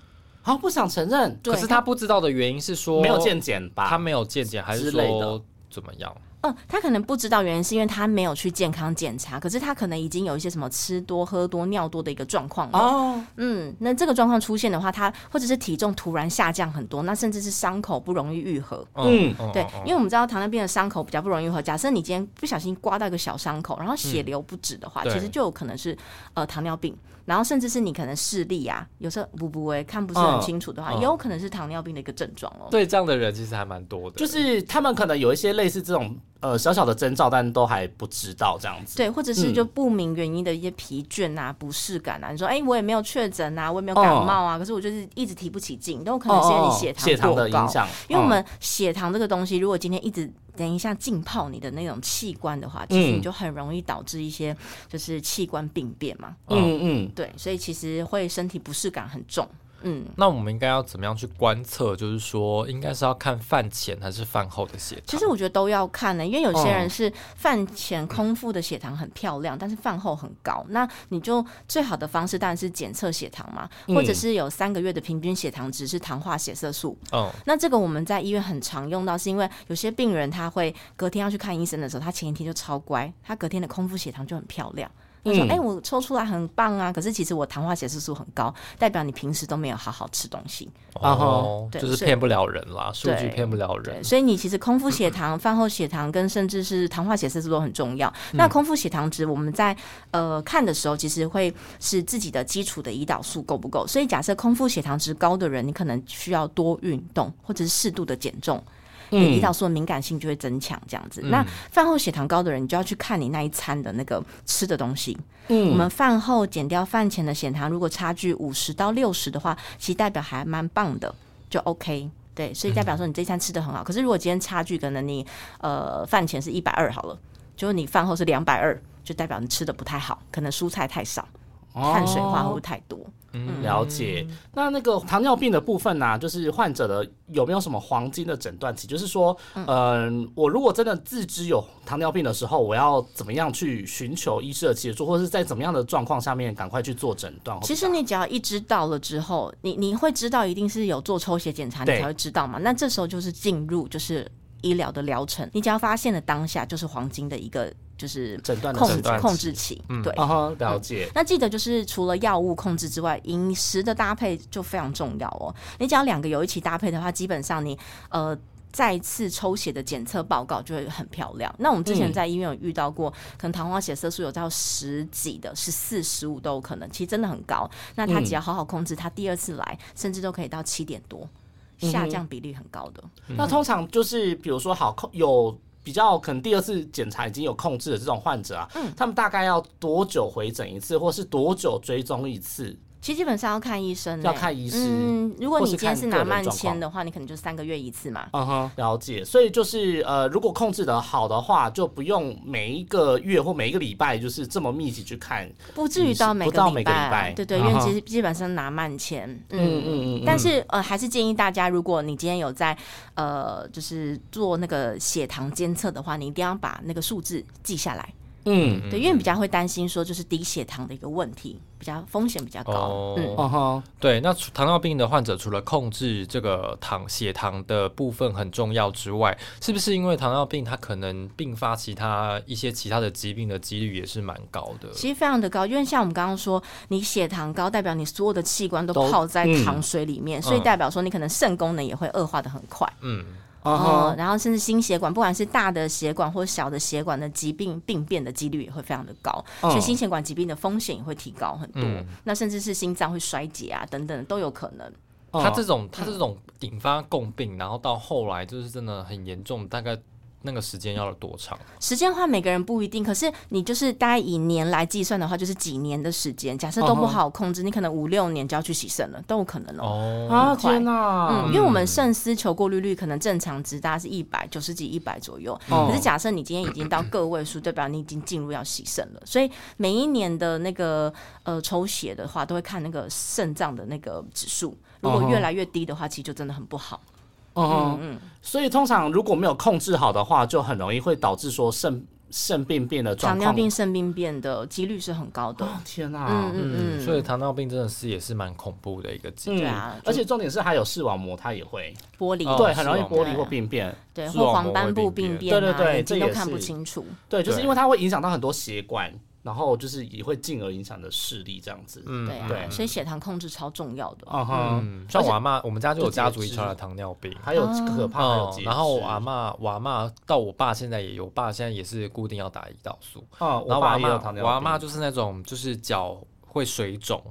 B: 好不想承认，
C: 对
A: 可是他不知道的原因是说
B: 没有健检吧？
A: 他没有健检，还是
B: 之类的
A: 说怎么样？
C: 嗯，他可能不知道原因是因为他没有去健康检查，可是他可能已经有一些什么吃多、喝多、尿多的一个状况了。
B: 哦，
C: 嗯，那这个状况出现的话，他或者是体重突然下降很多，那甚至是伤口不容易愈合。
A: 哦
B: 嗯
C: 对，因为
A: 为
C: 我们知道糖尿病的伤口比较不容易愈合。假设你今天不小心刮到一个小伤口，然后血流不止的话，
A: 嗯对
C: 其实就有可能是呃糖尿病，然后甚至是你可能视力啊，有时候不不哎看不是很清楚的话，
A: 嗯嗯
C: 也有可能是糖尿病的一个症状
A: 嗯
C: 哦。
A: 对这样的人其实还蛮多的，
B: 就是他们可能有一些类似这种呃小小的征兆，但都还不知道这样子。
C: 对，或者是
B: 嗯
C: 就不明原因的一些疲倦啊、不适感啊，你说哎、我也没有确诊啊，我也没有感冒啊，可是我就是一直提不起劲，都有可能是因为你
B: 哦
C: 血
B: 血
C: 糖
B: 糖
C: 过
B: 的
C: 高。
B: 影响，
C: 因为我
B: 嗯
C: 们血糖这个东西，如果今天一直等一下浸泡你的那种器官的话，其实
B: 嗯
C: 你就很容易导致一些就是器官病变嘛。
B: 嗯嗯
C: 对，所以其实会身体不适感很重。嗯，
A: 那我们应该要怎么样去观测？就是说，应该是要看饭前还是饭后的血糖？
C: 其实我觉得都要看呢、因为有些
B: 嗯
C: 人是饭前空腹的血糖很漂亮，但是饭后很高，那你就最好的方式当然是检测血糖嘛，或者
B: 嗯
C: 是有三个月的平均血糖值是糖化血色素，
A: 嗯，
C: 那这个我们在医院很常用到，是因为有些病人他会隔天要去看医生的时候，他前一天就超乖，他隔天的空腹血糖就很漂亮。他说：“
B: 嗯
C: 哎、我抽出来很棒啊，可是其实我糖化血色素很高，代表你平时都没有好好吃东西。
B: 啊
A: 哦，
C: 对
A: 就是
C: 所以
A: 骗不了人啦，数据
C: 对
A: 骗不了
C: 对，
A: 人。
C: 所以你其实空腹血糖、饭后血糖跟甚至是糖化血色素都很重要。那空腹血糖值我们在呃看的时候，其实会是自己的基础的胰岛素够不够。所以假设空腹血糖值高的人，你可能需要多运动或者是适度的减重。你胰岛素的敏感性就会增强，这样子。那饭后血糖高的人，你就要去看你那一餐的那个吃的东西。我们饭后减掉饭前的血糖，如果差距五十到六十的话，其实代表还蛮棒的，就 OK。对，所以代表说你这一餐吃的很好。可是如果今天差距可能你呃饭前是一百二好了，就是你饭后是两百二，就代表你吃的不太好，可能蔬菜太少，
B: 哦
C: 碳水化合物太多。
B: 嗯了解。那那个糖尿病的部分呢、啊就是患者的有没有什么黄金的诊断期？就是说，嗯、我如果真的自知有糖尿病的时候，我要怎么样去寻求医师的协助，或者是在怎么样的状况下面赶快去做诊断？
C: 其实你只要一知道了之后，你你会知道一定是有做抽血检查，你
B: 对
C: 才会知道嘛。那这时候就是进入就是医疗的疗程，你只要发现了当下就是黄金的一个就是
B: 诊断的
C: 控
A: 诊断期
C: 制控制期，对。
B: 啊哈，了解。
C: 那记得就是除了药物控制之外，饮食的搭配就非常重要哦。你只要两个有一起搭配的话，基本上你呃。再次抽血的检测报告就会很漂亮。那我们之前
B: 嗯
C: 在医院有遇到过，可能糖化血色素有到十几的，十四、十五都有可能，其实真的很高。那他只要好好控制，他第二次来甚至都可以到七点多，
B: 嗯
C: 下降比例很高的。
B: 那通常就是比如说好控有。比较可能第二次检查已经有控制的这种患者啊，
C: 嗯
B: 他们大概要多久回诊一次，或是多久追踪一次？
C: 其实基本上要看医生、欸，
B: 要看医师
C: 嗯，如果
B: 或
C: 你
B: 是
C: 今天
B: 看
C: 是
B: 个
C: 拿
B: 人
C: 慢
B: 状况
C: 签的话，你可能就三个月一次嘛。
B: 嗯哼，了解。所以就是呃，如果控制的好的话，就不用每一个月或每一个礼拜就是这么密集去看。
C: 不至于到每
B: 嗯不到
C: 个
B: 每
C: 礼
B: 个
C: 拜
B: 礼
C: 啊，
B: 拜
C: 对对，
B: 啊
C: 因为
B: 哈
C: 其实基本上拿慢钱，
B: 嗯
C: 嗯。
B: 嗯嗯。
C: 但是呃，还是建议大家，如果你今天有在呃，就是做那个血糖监测的话，你一定要把那个数字记下来，
B: 嗯，
C: 对，因为比较会担心说就是低血糖的一个问题，比较风险比较高，嗯。
A: 哦，
B: 嗯哼，
A: 对，那除糖尿病的患者除了控制这个糖血糖的部分很重要之外，是不是因为糖尿病它可能并发其他一些其他的疾病的几率也是蛮高的？
C: 其实非常的高，因为像我们刚刚说，你血糖高代表你所有的器官都
B: 都
C: 泡在
B: 嗯
C: 糖水里面，所以
A: 嗯
C: 代表说你可能肾功能也会恶化的很快。
A: 嗯，
B: 嗯
C: 哦，
B: 哼，
C: 然后甚至心血管，不管是大的血管或小的血管的疾病病变的几率也会非常的高，
B: 嗯
C: 所以心血管疾病的风险也会提高很多。
A: 嗯
C: 那甚至是心脏会衰竭啊等等都有可能。
A: 它这
C: 嗯
A: 种它这种引发共病，然后到后来就是真的很严重，大概那个时间要有多长？
C: 时间的话，每个人不一定，可是你就是大概以年来计算的话，就是几年的时间。假设都不
B: 嗯
C: 好控制，你可能五六年就要去洗肾了，都有可能哦。
A: 哦，
B: 啊
C: 很快
B: 天哪
C: 嗯，因！为我们肾丝球过滤率可能正常值大概是一百九十几、一百左右。
B: 哦
C: 可是假设你今天已经到个位数，代表你已经进入要洗肾了。所以每一年的那个呃抽血的话，都会看那个肾脏的那个指数。如果越来越低的话，其实就真的很不好。嗯
B: 嗯哼，所以通常如果没有控制好的话，就很容易会导致说肾肾病变的状
C: 糖尿
B: 况。
C: 病、肾病变的几率是很高的。
B: 哦天哪、
C: 嗯嗯嗯，
A: 所以糖尿病真的是也是蛮恐怖的一个疾
B: 嗯
A: 病。
C: 对啊
B: 而且重点是还有视网膜，它也会、
C: 玻璃
A: 哦
B: 对，很容易
A: 视网
B: 剥
A: 膜
B: 离或病变。
C: 对，
A: 视
C: 或
A: 网
C: 黄
A: 膜
C: 斑
A: 会
C: 部
A: 病
C: 病
A: 变
C: 变啊，
B: 对对对
C: 眼睛
B: 这
C: 都
B: 也
C: 看不
B: 是
C: 清楚。
B: 对，就是
A: 对
B: 因为它会影响到很多血管，然后就是也会进而影响的视力这样子。嗯
C: 对啊，
B: 对
C: 所以血糖控制超重要的。
B: 嗯哼，
A: 嗯，像我阿妈，我们家就有
B: 就直接
A: 家族遗
B: 植
A: 传
B: 入
A: 的糖尿病。
B: 还有可怕，还有结
A: 哦然后我阿
B: 石
A: 妈，我阿妈到我爸现在也有，我爸现在也是固定要打胰岛素。
B: 嗯，
A: 然
B: 我
A: 后我
B: 爸
A: 阿
B: 也有
A: 妈
B: 糖，尿病，
A: 我阿妈就是那种就是脚会水肿，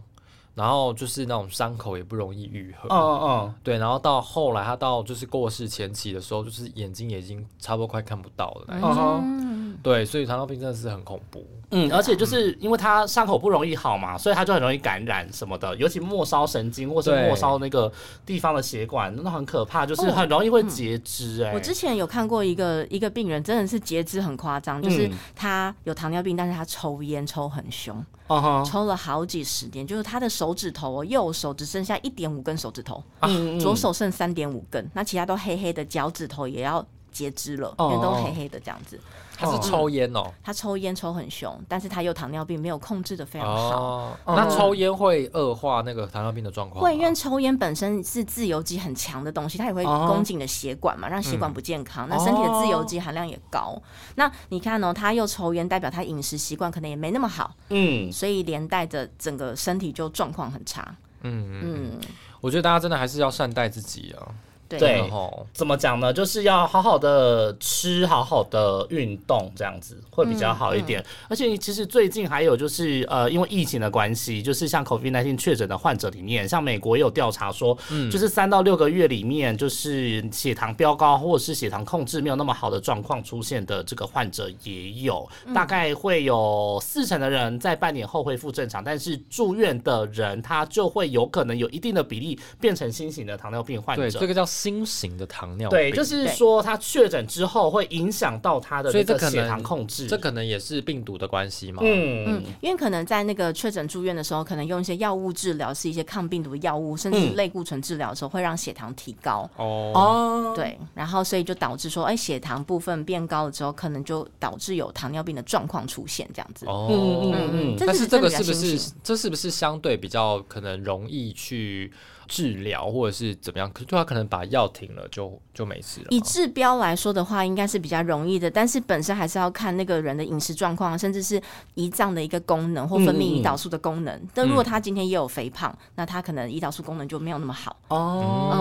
A: 然后就是那种伤口也不容易愈合。
B: 嗯嗯嗯，
A: 对，然后到后来，她到就是过世前期的时候，就是眼睛已经差不多快看不到了那一种。
B: 嗯哼，
C: 嗯，
A: 对，所以糖尿病真的是很恐怖。
B: 嗯，而且就是因为它伤口不容易好嘛，所以它就很容易感染什么的，尤其末梢神经或是
A: 对
B: 末梢那个地方的血管，那很可怕，就是很容易会截肢、哎、
C: 哦嗯我之前有看过一个一个病人，真的是截肢很夸张，就是他有糖尿病，但是他抽烟抽很凶，
B: 嗯哼，
C: 抽了好几十年，就是他的手指头哦，右手只剩下一点五根手指头，
B: 嗯嗯
C: 左手剩三点五根，那其他都黑黑的，脚趾头也要截肢了，因
B: 哦
C: 为都黑黑的这样子。
A: 她是抽烟哦，
C: 他抽烟抽很凶，但是他又糖尿病，没有控制的非常好。
A: 哦，那抽烟会恶化那个糖尿病的状况吗？
C: 会，因为抽烟本身是自由基很强的东西，它也会
B: 哦
C: 攻击你的血管嘛，让血管不健康。那身体的自由基含量也高。那你看哦，他又抽烟，代表他饮食习惯可能也没那么好，
B: 嗯，
C: 所以连带着整个身体就状况很差。
A: 嗯，
C: 嗯，
A: 我觉得大家真的还是要善待自己啊。
C: 对。
B: 对
A: 然后
B: 怎么讲呢？就是要好好的吃，好好的运动，这样子会比较好一
A: 嗯
B: 点。而且其实最近还有就是呃，因为疫情的关系，就是像 COVID 1 9确诊的患者里面，像美国也有调查说，
A: 嗯
B: 就是三到六个月里面，就是血糖飙高或者是血糖控制没有那么好的状况出现的这个患者也有，
A: 嗯
B: 大概会有四成的人在半年后恢复正常，但是住院的人他就会有可能有一定的比例变成新型的糖尿病患
A: 对，
B: 者
A: 这。个叫新型的糖尿病，
B: 对，就是说他确诊之后会影响到他的
A: 所以
B: 那
A: 这
B: 个
A: 可
B: 血
A: 能
B: 糖控制。
A: 这可能也是病毒的关系嘛。
B: 嗯
C: 嗯，因为可能在那个确诊住院的时候，可能用一些药物治疗，是一些抗病毒的药物，甚至类固醇治疗的时候，会让血糖提高。
A: 哦，
B: 哦，
C: 对，然后所以就导致说，哎，血糖部分变高了之后，可能就导致有糖尿病的状况出现，这样子。
A: 哦，
B: 嗯嗯嗯
C: 嗯，
A: 但是这
C: 真
A: 个
C: 的
A: 是不
C: 比较新
A: 是
C: 型
A: 这是不是相对比较可能容易去治疗或者是怎么样？可啊就他可能把药停了就就没事了
C: 以
A: 嘛。
C: 治标来说的话，应该是比较容易的，但是本身还是要看那个人的饮食状况，甚至是胰脏的一个功能或分泌
B: 嗯嗯嗯
C: 胰岛素的功能。但如果他今天也有肥胖，那他可能胰岛素功能就没有那么好。
B: 哦，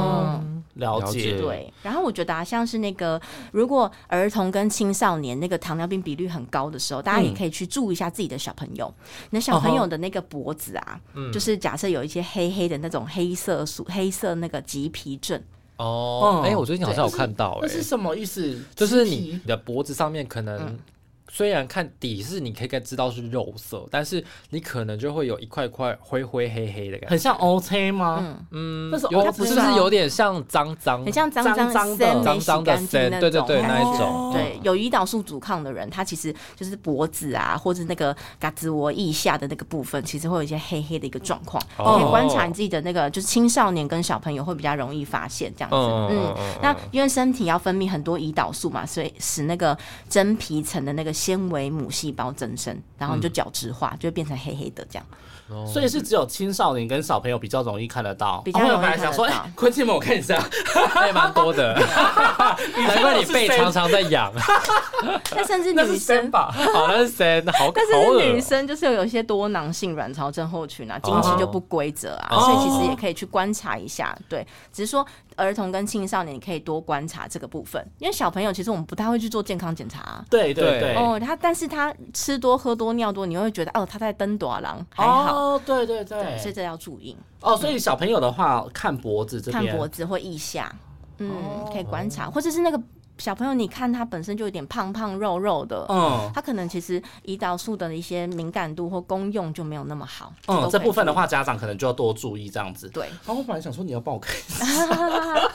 C: 嗯
B: 了
A: 了
B: 解
A: 解，
C: 对，然后我觉得啊，像是那个如果儿童跟青少年那个糖尿病比率很高的时候，大家也可以去注意一下自己的小朋友。你的小朋友的那个脖子啊，就是假设有一些黑黑的那种黑色素、黑色那个棘皮症，
A: 哦，
B: 嗯
A: 哎，我最近好像有看到，
B: 那
A: 哎，
B: 是什么意思？
A: 就是
B: 鸡
A: 你
B: 皮
A: 的脖子上面可能虽然看底是你可以看知道是肉色，但是你可能就会有一块块灰灰黑黑的感觉
B: 很，像 OK 吗？
A: 嗯
B: 那是
A: 有
B: 它
A: 不
B: 不
A: 是
B: 是
A: 不是
B: 啊
A: 有点像脏脏，
C: 很像脏
B: 脏脏的哦
C: 塞
A: 嗯脏
C: 没
A: 脏
C: 洗
A: 的
C: 干净
A: 塞
C: 那
A: 对对对
C: 感
A: 那一
C: 觉
A: 种
C: 对，有胰岛素阻抗的人，他其实就是脖子啊，或者那个嘎吱窝腋下的那个部分，其实会有一些黑黑的一个状况。
A: 哦
C: 你可以观察你自己的那个，就是青少年跟小朋友会比较容易发现这样子。
A: 嗯嗯嗯
C: 嗯
A: 嗯嗯
C: 那因为身体要分泌很多胰岛素嘛，所以使那个真皮层的那个纤维母细胞增生，然后你就角质化，就会变成黑黑的这样。
A: 嗯
B: 所以是只有青少年跟小朋友比较容易看得到。
C: 比较
B: 哦
C: 容
B: 我
C: 易
B: 有本来想说，
C: 看得到
B: 哎，昆庆们，我看一下，
A: 那也蛮多的，难怪你背常常在痒。
C: 那甚至
B: 那是
C: 女
B: 谁
C: 生
B: 吧？
A: 好，那是谁？好，
C: 但
A: 好
C: 是
A: 恶
C: 女生就是有一些多囊性卵巢症候群啊，
B: 哦
C: 经期就不规则啊，
A: 哦
C: 所以其实也可以去观察一下。对，只是说儿童跟青少年可以多观察这个部分，因为小朋友其实我们不太会去做健康检查啊、
B: 对
A: 对
B: 对对，
C: 哦，他但是他吃多喝多尿多，你会觉得哦他在登短郎还好，
B: 哦，对对
C: 对，所以
B: 对，
C: 这要注意，
B: 哦，所以小朋友的话，看脖子这
C: 看
B: 边，哦
C: 脖子或腋下，嗯，可以观察，或者是那个小朋友，你看他本身就有点胖胖肉肉的，
B: 嗯
C: 他可能其实胰岛素的一些敏感度或功用就没有那么好。
B: 嗯，
C: 都
B: 这
C: 可以
B: 部分的
C: 注意，
B: 话，家长可能就要多注意这样子。哦
C: 对，
B: 然后我本来想说你要帮我看，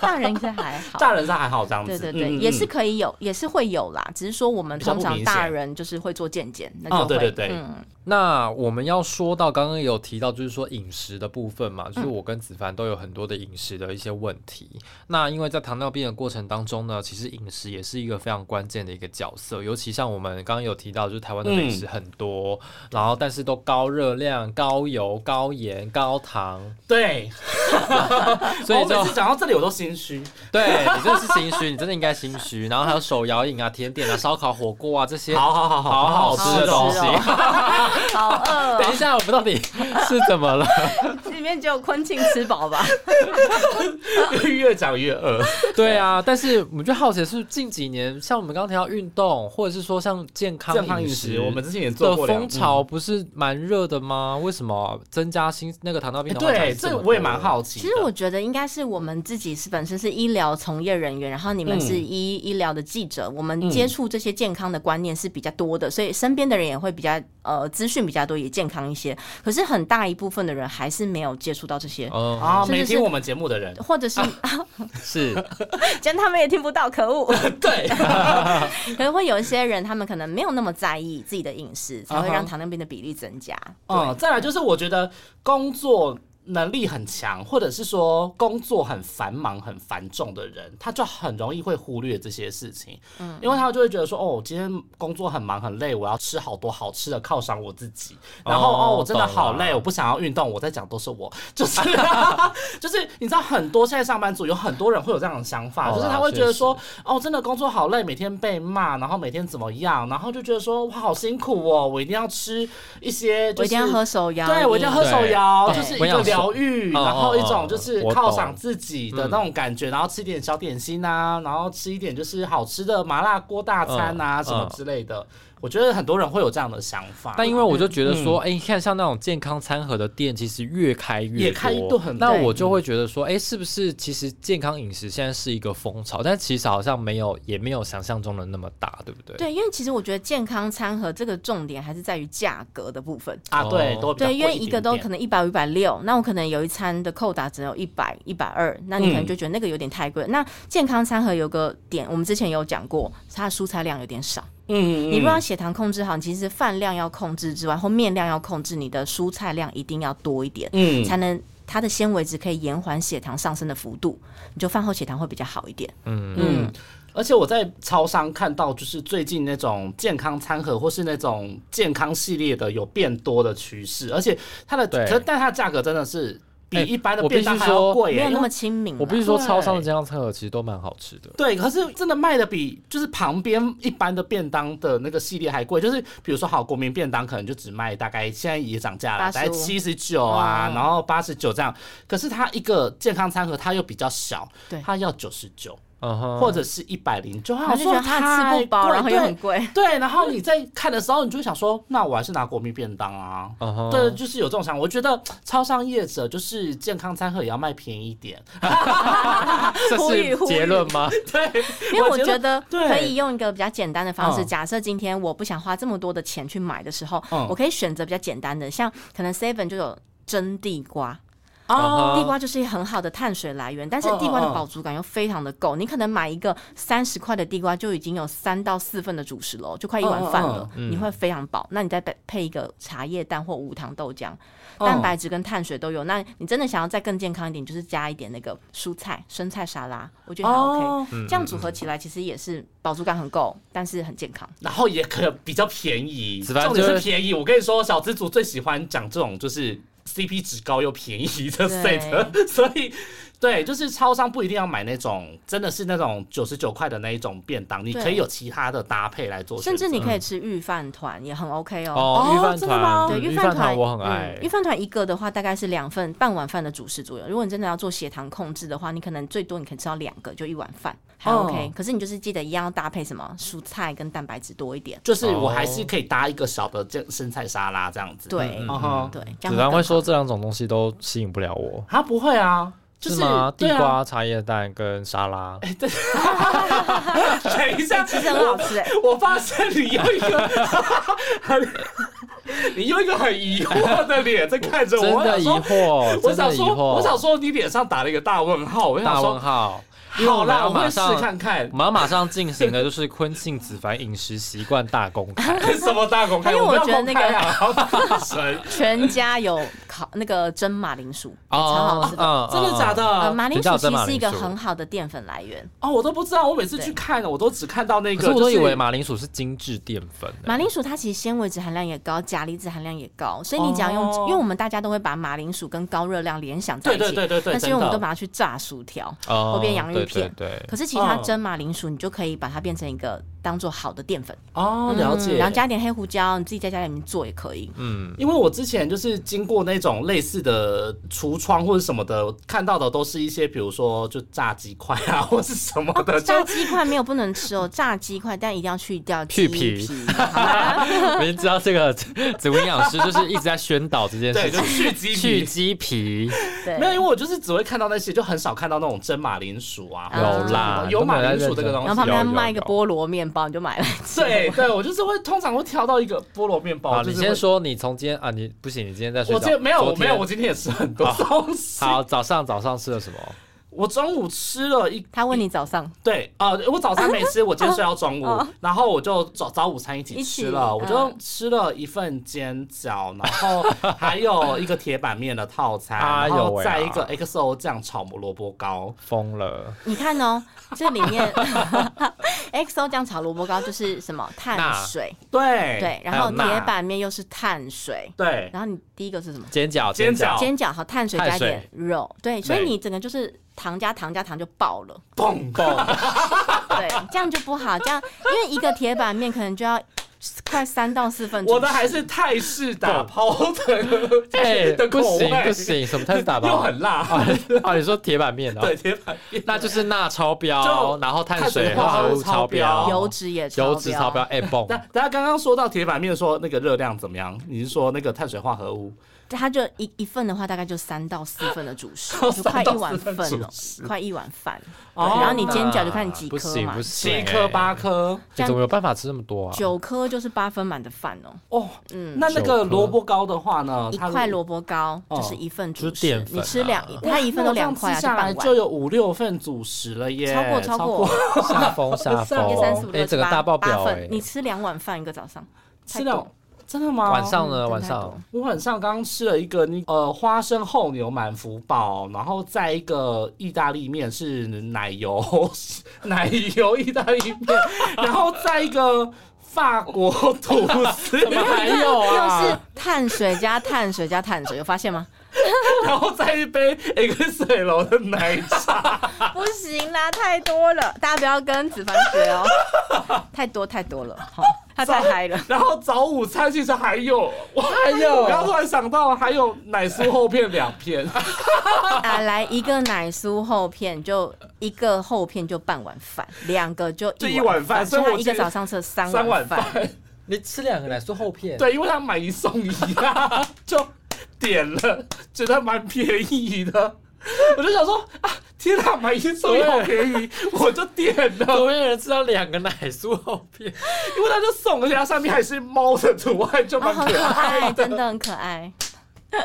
C: 大人是还好。
B: 大人是还好这样
C: 对
B: 子，
C: 对对，
B: 嗯嗯
C: 也是可以有，也是会有啦。只是说我们
B: 比较
C: 通
B: 不
C: 常
B: 明
C: 大
B: 显
C: 人就是会做健检，那就
B: 哦
C: 会、
B: 对对对
C: 嗯，
A: 那我们要说到刚刚有提到，就是说饮食的部分
B: 嗯
A: 嘛，就是我跟子凡都有很多的饮食的一些问题。那因为在糖尿病的过程当中呢，其实饮食也是一个非常关键的一个角色，尤其像我们刚刚有提到，就是台湾的
B: 嗯
A: 美食很多，然后但是都高热量、高油、高盐、高 糖，
B: 对，
A: 所以
B: 哦我
A: 就
B: 哦每次讲到这里我都心虚。
A: 对你真的是心虚，你真的应该心虚。然后还有手摇饮啊、甜点啊、烧烤、火锅啊这些，
B: 好好好好，
A: 好好
C: 好
A: 吃的东西
C: 好吃哦 好 饿
A: 等一下，我们到底是怎么了？
C: 哦，里面只有昆庆吃饱吧？
B: 越讲越 饿。
A: 对啊，但是我们就好奇的是近几年，像我们刚刚提到运动，或者是说像健康
B: 健康饮
A: 饮
B: 食，我们之前也做
A: 的
B: 过两嗯
A: 风潮不是蛮热的吗？为什么增加新那个糖尿病
B: 嗯。
A: 的患者
B: 对，
A: 是么
B: 这
A: 多
B: 我也蛮好奇
C: 其
B: 的。
C: 实我觉得应该是我们自己是本身是医疗从业人员，然后你们
B: 嗯
C: 是医、医疗的记者，我们接触这些健康的观念是比较多的，所以身边的人也会比较呃资讯比较多，也健康一些。可是很大一部分的人还是没有接触到这些，
A: 嗯，
B: 啊，
C: 甚至
B: 没
C: 是
B: 听我们节目的人，
C: 或者是、
A: 是
C: 真他们也听不到，可恶。
B: 对，
C: 可能会有一些人，他们可能没有那么在意自己的饮食，才会
B: 啊哈
C: 让糖尿病的比例增加。
B: 嗯，再来就是我觉得工作能力很强，或者是说工作很繁忙、很繁重的人，他就很容易会忽略这些事情。嗯，因为他就会觉得说，哦，今天工作很忙很累，我要吃好多好吃的犒赏我自己。然后
A: 哦
B: 哦我真的
A: 懂了
B: 好累，我不想要运动。我在讲都是我，就是 就是你知道，很多现在上班族有很多人会有这样的想法，
A: 好啦
B: 就是他会觉得说，哦，真的工作好累，每天被骂，然后每天怎么样，然后就觉得说，哇，好辛苦哦，我一定要吃一些，
C: 我
B: 就
C: 一
B: 是
C: 定要喝手摇饮，
B: 对，我就喝手摇，
C: 对
B: 就是一
A: 我
B: 个
A: 想说
B: 疗愈，
A: 哦
B: 然后一
A: 哦
B: 种就是
A: 我
B: 犒
A: 懂嗯
B: 赏自己的那种感觉，然后吃一点小点心啊，然后吃一点就是好吃的麻辣锅大餐啊
A: 嗯
B: 什么
A: 嗯
B: 之类的。我觉得很多人会有这样的想法，
A: 但因为我就觉得说，
B: 嗯
A: 哎、你看像那种健康餐盒的店，其实越开越
B: 也开
A: 多
B: 都很嗯
A: 那
B: 对
A: 我就会觉得说，哎、是不是其实健康饮食现在是一个风潮？但其实好像没有，也没有想象中的那么大，对不对？
C: 对，因为其实我觉得健康餐盒这个重点还是在于价格的部分。
B: 啊，对，
A: 哦
B: 都比较
C: 对，因为
B: 贵一
C: 一个
B: 点
C: 都
B: 点
C: 可能一百五、一百六，那我可能有一餐的扣打只有一百、一百二，那你可能
B: 嗯
C: 就觉得那个有点太贵。那健康餐盒有个点，我们之前有讲过，它的蔬菜量有点少。
B: 嗯，
C: 你如果要
B: 嗯
C: 血糖控制好，你其实饭量要控制之外，或面量要控制，你的蔬菜量一定要多一点，
B: 嗯
C: 才能它的纤维质可以延缓血糖上升的幅度，你就饭后血糖会比较好一点。
A: 嗯
C: 嗯，
B: 而且我在超商看到，就是最近那种健康餐盒或是那种健康系列的有变多的趋势，而且它的，
A: 对
B: 可是但它的价格真的是比
A: 哎
B: 一般的
A: 我必
B: 便
A: 须
B: 当还要
A: 说
B: 贵耶，
C: 没有
B: 因为
C: 那么亲民啦。
A: 我必须说，
B: 对
A: 超商的健康餐盒其实都蛮好吃的。
B: 对，可是真的卖的比就是旁边一般的便当的那个系列还贵，就是比如说好国民便当可能就只卖大概现在也涨价了，
C: 85
B: 大概七十九啊，
C: 嗯
B: 然后八十九这样。可是它一个健康餐盒它又比较小，
C: 对
B: 它要九十九
A: 嗯哼，
B: 或者是一百零九，
C: 然后
B: 好
C: 就
B: 像
C: 觉得它
B: 它
C: 吃不饱，然后又很贵。
B: 对，然后你在看的时候，你就会想说，那我还是拿国民便当啊。
A: 嗯哼，
B: 对，就是有这种想法。我觉得超商业者就是健康餐盒也要卖便宜一点。
C: 呼吁
A: 这
C: 呼
A: 是
C: 吁
A: 结论吗？
B: 对，
C: 因为我觉得
B: 对
C: 可以用一个比较简单的方式。
B: 嗯
C: 假设今天我不想花这么多的钱去买的时候，
B: 嗯
C: 我可以选择比较简单的，像可能 Seven 就有蒸地瓜。
B: 啊
A: 哦
C: 地瓜就是很好的碳水来源，
B: 嗯
C: 但是地瓜的饱足感又非常的够。你可能买一个三十块的地瓜，就已经有三到四份的主食喽，就快一碗饭了，
B: 嗯
C: 你会非常饱。那你再配配一个茶叶蛋或无糖豆浆，
B: 嗯
C: 蛋白质跟碳水都有。那你真的想要再更健康一点，你就是加一点那个蔬菜、生菜沙拉，我觉得还 OK。
B: 哦
A: 嗯
C: 这样组合起来其实也是饱足感很够，但是很健康。
B: 然后也可比较便宜，
A: 子凡
B: 重点
A: 就是
B: 便宜。我跟你说，小资族最喜欢讲这种就是 CP 值高又便宜的 set，所 以对，就是超商不一定要买那种真的是那种九十九块的那一种便当，你
C: 对
B: 可以有其他的搭配来做选
C: 甚
B: 择，
C: 至你可以吃御饭团，也很 OK 哦。
A: 嗯哦，
B: 哦
A: 御饭
B: 真的吗
A: 团，
C: 对，
A: 嗯
C: 御
A: 御
C: 饭
A: 团
C: 团
A: 我很爱
C: 嗯。御饭团一个的话，大概是两份半碗饭的主食左右。如果你真的要做血糖控制的话，你可能最多你可以吃到两个，就一碗饭，还
B: 哦
C: OK。可是你就是记得一样要搭配什么蔬菜跟蛋白质多一点。
B: 就是我还
A: 哦
B: 是可以搭一个小的这生菜沙拉这样子。
C: 对
B: 嗯哼，
C: 对，这样
A: 子凡会
C: 更
A: 说
C: 好
A: 这两种东西都吸引不了我。
B: 他不会啊，就是是
A: 吗？地
B: 对啊
A: 瓜、茶叶蛋跟沙拉，
C: 哎
B: 等一下，
C: 其实很好吃哎。
B: 我发现你有一个很，你用一个很疑惑的脸在看着
A: 真
B: 我，
A: 的疑
B: 我想说
A: 惑，
B: 我
A: 真
B: 想
A: 的疑
B: 说，
A: 惑，
B: 我想说你脸上打了一个大问号，我想
A: 大问
B: 说，
A: 号，因为我
B: 好
A: 们
B: 啦，
A: 要
B: 我
A: 马
B: 会试
A: 上，
B: 看看
A: 我 们要马上进行的就是昆庆子凡饮食习
C: 哎
A: 惯大公开。
B: 什么大公开，啊
C: 因为
B: 我
C: 我觉得那个
B: 好神，
C: 全家有烤那个蒸马铃薯，超好
A: 哦
C: 吃，的。
A: 嗯
B: 真的假？的？
C: 呃，马铃
A: 知道
C: 薯
A: 蒸
C: 其
A: 马
C: 实是一
A: 铃
C: 个
A: 薯
C: 很好的淀粉来源。
B: 哦，我都不知道，我每次去
C: 对
B: 看，啊我都只看到那
A: 嗯嗯可
B: 个，
A: 是我都以
B: 就
A: 为马铃薯是精致淀粉欸。
C: 马铃薯它其实纤维质含量也高，钾离子含量也高，所以你只要用，
B: 哦
C: 因为我们大家都会把马铃薯跟高热量联想在一
B: 对
C: 起，
B: 对对对对，
C: 但是因
B: 真
C: 为我们都
B: 的
C: 把它去炸薯条，
A: 哦
C: 我变洋芋
A: 对
C: 片
A: 对 对，
C: 可是其实它
B: 哦
C: 蒸马铃薯，你就可以把它变成一个当做好的淀粉，
B: 哦，了解。
C: 嗯然后加点黑胡椒，你自己在家里面做也可以。
A: 嗯，
B: 因为我之前就是经过那种类似的橱窗或者什么的，看到的都是一些比如说就炸鸡块啊，或是什么
A: 哦
B: 的，就
C: 炸鸡块没有不能吃哦，炸鸡块但一定要去掉
A: 去
C: 鸡
A: 皮
C: 好吗
A: 明知道这个 紫薇营养师就是一直在宣导这件事
B: 对，就
A: 情，
B: 去鸡
A: 去
B: 皮。
A: 鸡皮
C: 对，
B: 没有，因为我就是只会看到那些，就很少看到那种蒸马铃薯啊，
C: 有啦
B: 有马铃薯这个东
C: 然
B: 西。
C: 后旁边还
A: 哦有有
C: 卖一个
A: 有
C: 菠萝面包，你就买来吃。
B: 对对，我就是会通常会挑到一个菠萝面包。
A: 好，
B: 哦
A: 哦
B: 就
A: 你
B: 是
A: 先
B: 会，
A: 说，你从今天啊，你不行，你今天在睡
B: 我
A: 觉。
B: 今天没有，
A: 昨
B: 我没有，
A: 天
B: 我今天也吃很多东西。
A: 好，早上早上吃了什么？
B: 我中午吃了一
C: 他问你早上
B: 对，呃，我早餐没吃，我今天睡 到中午，然后我就早早午餐一起
C: 哦一起
B: 吃了，我就
C: 嗯
B: 吃了一份煎饺，然后还有一个铁板面的套餐，
A: 哎
B: 然
A: 呦
B: 后
A: 喂
B: 再一
A: 啊
B: 个 XO 酱炒萝卜糕。
A: 疯了，
C: 你看哦，这里面 哎 XO 酱炒萝卜糕就是什么碳
A: 钠
C: 水，
B: 对
C: 对，然
A: 还
C: 后
A: 有钠
C: 铁板面又是碳水，
B: 对
C: 然后你第一个是什么？
A: 煎饺
B: 煎饺
C: 煎饺好，碳水加
A: 碳
C: 一
A: 水
C: 点肉，对，所以
B: 对
C: 你整个就是糖加糖加糖就爆了，
B: 蹦蹦，
C: 对，这样就不好，这样因为一个铁板面可能就要快三到四份钟，
B: 我的还是泰式打抛的，
A: 哎，
B: 的
A: 不
B: 口味
A: 行不行，什么太打
B: 又
A: 包？
B: 很辣，
A: 啊啊，你说铁板面啊？
B: 对，铁板面，
A: 那就是钠超标，
B: 就
A: 然后碳
B: 碳水
A: 水
B: 化
A: 化
B: 合
A: 合
B: 物
A: 物
B: 超
A: 超
B: 标
A: 标，
C: 油脂也
A: 油脂超标，，哎蹦
B: 那大家刚刚说到铁板面，说那个热量怎么样？你是说那个碳水化合物？，
C: 它就一一份的话大概就三到四份的主食就快
B: 三到
C: 一碗
B: 四份
C: 份
B: 主
C: 了
B: 食，
C: 快一碗饭，对
B: 哦
C: 然后你煎饺就看几
A: 不
C: 颗
A: 行
C: 嘛
A: 不，行，
B: 七颗八颗
A: 哎，你怎么有办法吃那么多啊？
C: 九颗就是八分满的饭哦，
B: 哦，
C: 嗯。
B: 那那个
A: 九颗
B: 萝卜糕的话呢？
C: 一
B: 哦它如
C: 块萝卜糕
B: 哦
C: 就是一份主
A: 就是
C: 食，
A: 淀粉
C: 你吃两
A: 啊，
C: 它一份都两块啊，
B: 那这样吃下
C: 半
B: 来
C: 碗。
B: 就有五六份主食了耶，
C: 超过超过
A: 下风下
B: 哦
C: 一三四五
A: 风，
C: 六
A: 哎，
C: 七
A: 整个大
C: 八
A: 爆
C: 八
A: 表
C: 份
A: 哎，。
C: 你吃两碗饭一个早上，
B: 吃
C: 太
B: 了
C: 多
B: 真的吗？
A: 晚上呢？
C: 嗯
A: 晚
C: 真太
A: 上
C: 多
B: 我晚上刚吃了一个那呃花生厚牛满福堡，然后再一个意大利面是奶油 奶油意大 利面，然后再一个法国吐 司，
A: 还有
B: 啊
A: 啊
C: 又是碳水加碳水加碳水，有发现吗？
B: 然后再一杯 XL 的奶茶。
C: 不行啦，太多了，大家不要跟子凡学哦， 太多太多了，好，他太嗨了。
B: 然后早午餐其实还有，我还有，我刚突然想到还有奶酥厚片两片，
C: 啊，来一个奶酥厚片，就一个厚片就半碗饭，两个就
B: 就一
C: 一
B: 碗
C: 碗饭，
B: 饭所以
C: 以他
B: 我
C: 一
B: 其
C: 个
B: 实
C: 早上吃了三
B: 三碗
C: 碗饭
B: 饭。。
A: 你吃两个来说厚片，
B: 对，因为他买一送一啊， 就点了，觉得蛮便宜的。我就想说啊，天哪，买一送一好便宜，我就点了，
A: 怎么有人吃到两个奶酥厚片？
B: 因为他就送，而且它上面还是猫的图案，就
C: 啊，
B: 蛮
C: 好
B: 可
C: 可
B: 爱
C: 爱，真的很可爱。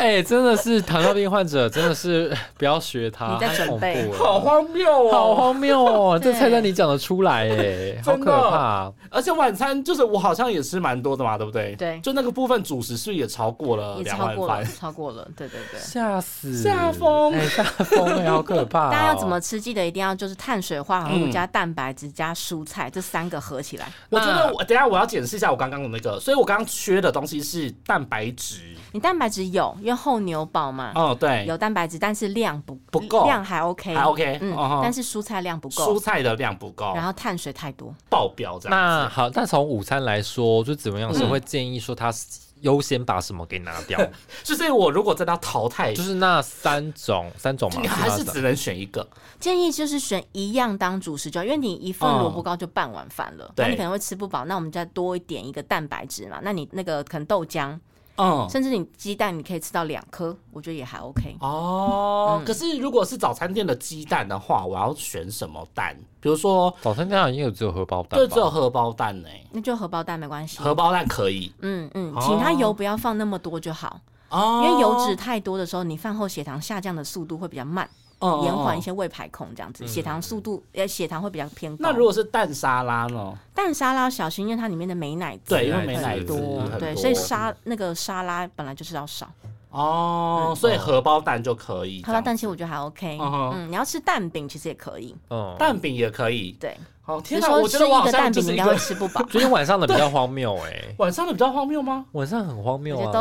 A: 哎、真的是糖尿病患者，真的是不要学他，
C: 你在
A: 太恐
C: 准备
A: 怖了
B: 好荒谬哦，
A: 好荒谬哦！这
C: 对
A: 菜单你讲得出来哎，好
B: 真
A: 可
B: 的
A: 怕！
B: 而且晚餐就是我好像也吃蛮多的嘛，对不对？
C: 对
B: 就那个部分主食是不是也超过了
C: 也
B: 呃两
C: 超
B: 碗
C: 过了，
B: 饭？
C: 超过了，对对 对。
A: 吓死，
B: 吓疯
A: 哎，吓疯哎，好可怕、哦！
C: 大家要怎么吃？记得一定要就是碳水化合物
B: 嗯
C: 加蛋白质加蔬菜这三个合起来。
B: 我觉得
C: 嗯
A: 那
B: 我等一下我要解释一下我刚刚的那个，所以我刚刚缺的东西是蛋白质。
C: 你蛋白质有，因为厚牛堡嘛，
B: 哦，对，
C: 啊有蛋白质，但是量不
B: 不够
C: 量还 OK，
B: 还 OK，
C: 嗯
B: 嗯哼，
C: 但是蔬菜量不
B: 蔬
C: 够，
B: 菜的量不够，
C: 然后碳水太多。
B: 爆表这样。
A: 那好，那从午餐来说，就怎么
B: 嗯
A: 样是会建议说他优先把什么给拿 掉？
B: 就是我如果真的要淘汰，
A: 就
B: 就是
A: 是那三种，三种嘛，
B: 你还是
A: 那三
B: 只能选一个。
C: 建议就是选一样当主食就好，因为你一份
B: 嗯
C: 萝卜糕就半碗饭了，
B: 对
C: 那你可能会吃不饱，那我们再多一点一个蛋白质嘛，那你那个可能豆浆，
B: 嗯，
C: 甚至你鸡蛋你可以吃到两颗，我觉得也还 OK。
B: 哦，
C: 嗯
B: 可是如果是早餐店的鸡蛋的话，我要选什么蛋？比如说，
A: 早餐店也有只有荷包蛋
B: 对，
A: 吧
B: 只有荷包蛋呢、
C: 那就荷包蛋没关系，
B: 荷包蛋可以
C: 嗯嗯
B: 哦，
C: 请它油不要放那么多就好，因
B: 哦，
C: 为油脂太多的时候，你饭后血糖下降的速度会比较慢，
B: 嗯
C: 延缓一。
B: 嗯嗯
C: 些胃排空这样子，血糖速度呃血糖会比较偏高。
B: 嗯那如果是蛋沙拉呢？
C: 蛋沙拉小心，因为它里面的美奶滋
B: 对，因为没奶
A: 奶
B: 汁
A: 汁
C: 多
B: 很
C: 对，所以沙那个沙拉本来就是要少，
B: 哦，所以荷包蛋就可以。
C: 嗯荷包蛋其实我觉得还 OK，
B: 嗯哼
C: 嗯，你要吃蛋饼其实也可以，
A: 嗯，
B: 蛋饼也可以。
C: 对，
B: 哦，
C: 只
B: 天
C: 是
B: 哪，
C: 说
B: 我
C: 吃
B: 觉得我
C: 一
B: 好
C: 个
B: 像
C: 蛋
B: 就是
C: 饼
B: 一
C: 应该会
B: 个
C: 吃 不饱，
A: 昨天晚上的比较荒谬哎、
B: 晚上的比较荒谬吗？
A: 晚上很荒
C: 我
A: 谬
C: 觉得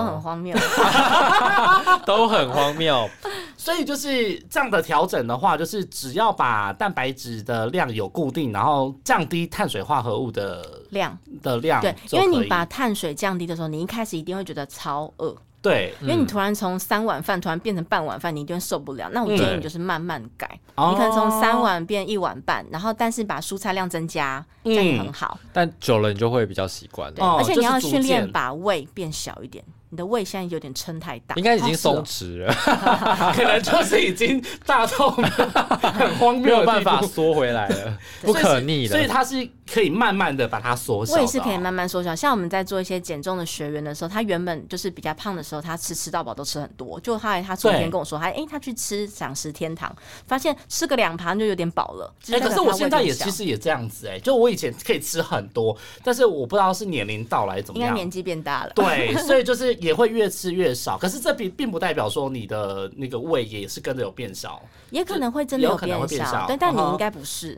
A: 啊，
C: 都 很
A: 都很
C: 荒谬。
A: 荒谬。
B: 所以就是这样的调整的话，就是只要把蛋白质的量有固定，然后降低碳水化合物的
C: 量
B: 的量就
C: 对
B: 可
C: 因
B: 以，，
C: 为你把碳水降低的时候，你一开始一定会觉得超饿，
B: 对
C: 因为你突然从三碗饭突然变成半碗饭，你一定会受不了。那我建议
A: 嗯
C: 你就是慢慢改，
B: 哦
C: 你可能从三碗变一碗半，然后但是把蔬菜量增加，这样也很好。
A: 但久了你就会比较习惯
C: 对，
A: 了，
B: 嗯哦
C: 而且你要
B: 这是逐
C: 训练
B: 渐
C: 把胃变小一点，你的胃现在有点撑太大
A: 应。该已经松弛
B: 啊
A: 了，
B: 可能就是已经大到很荒
A: 没
B: 谬
A: 有
B: 哦的地步，
A: 办法缩回来 了，不可逆
B: 所以
A: 的。
B: 它是可以慢慢的把它缩小的哦。
C: 胃是可以慢慢缩小，像我们在做一些减重的学员的时候，他原本就是比较胖的时候，他吃吃到饱都吃很多，就后来他昨天
B: 对
C: 跟我说，他哎、他去吃享食天堂，发现吃个两盘就有点饱了。就
B: 哎、
C: 代表
B: 可是我
C: 他
B: 现
C: 胃
B: 在
C: 变
B: 也
C: 小
B: 其实也这样子哎、就我以前可以吃很多，但是我不知道是年龄到来怎么
C: 应该
B: 样，
C: 年纪变 大了。
B: 对，所以就是也会越吃越少。可是这并并不代表说你的那个胃也是跟着有变 小，
C: 也可能会真的
B: 有可能
C: 变
B: 会变小
C: 对，但你
B: 嗯哼
C: 应该不 是。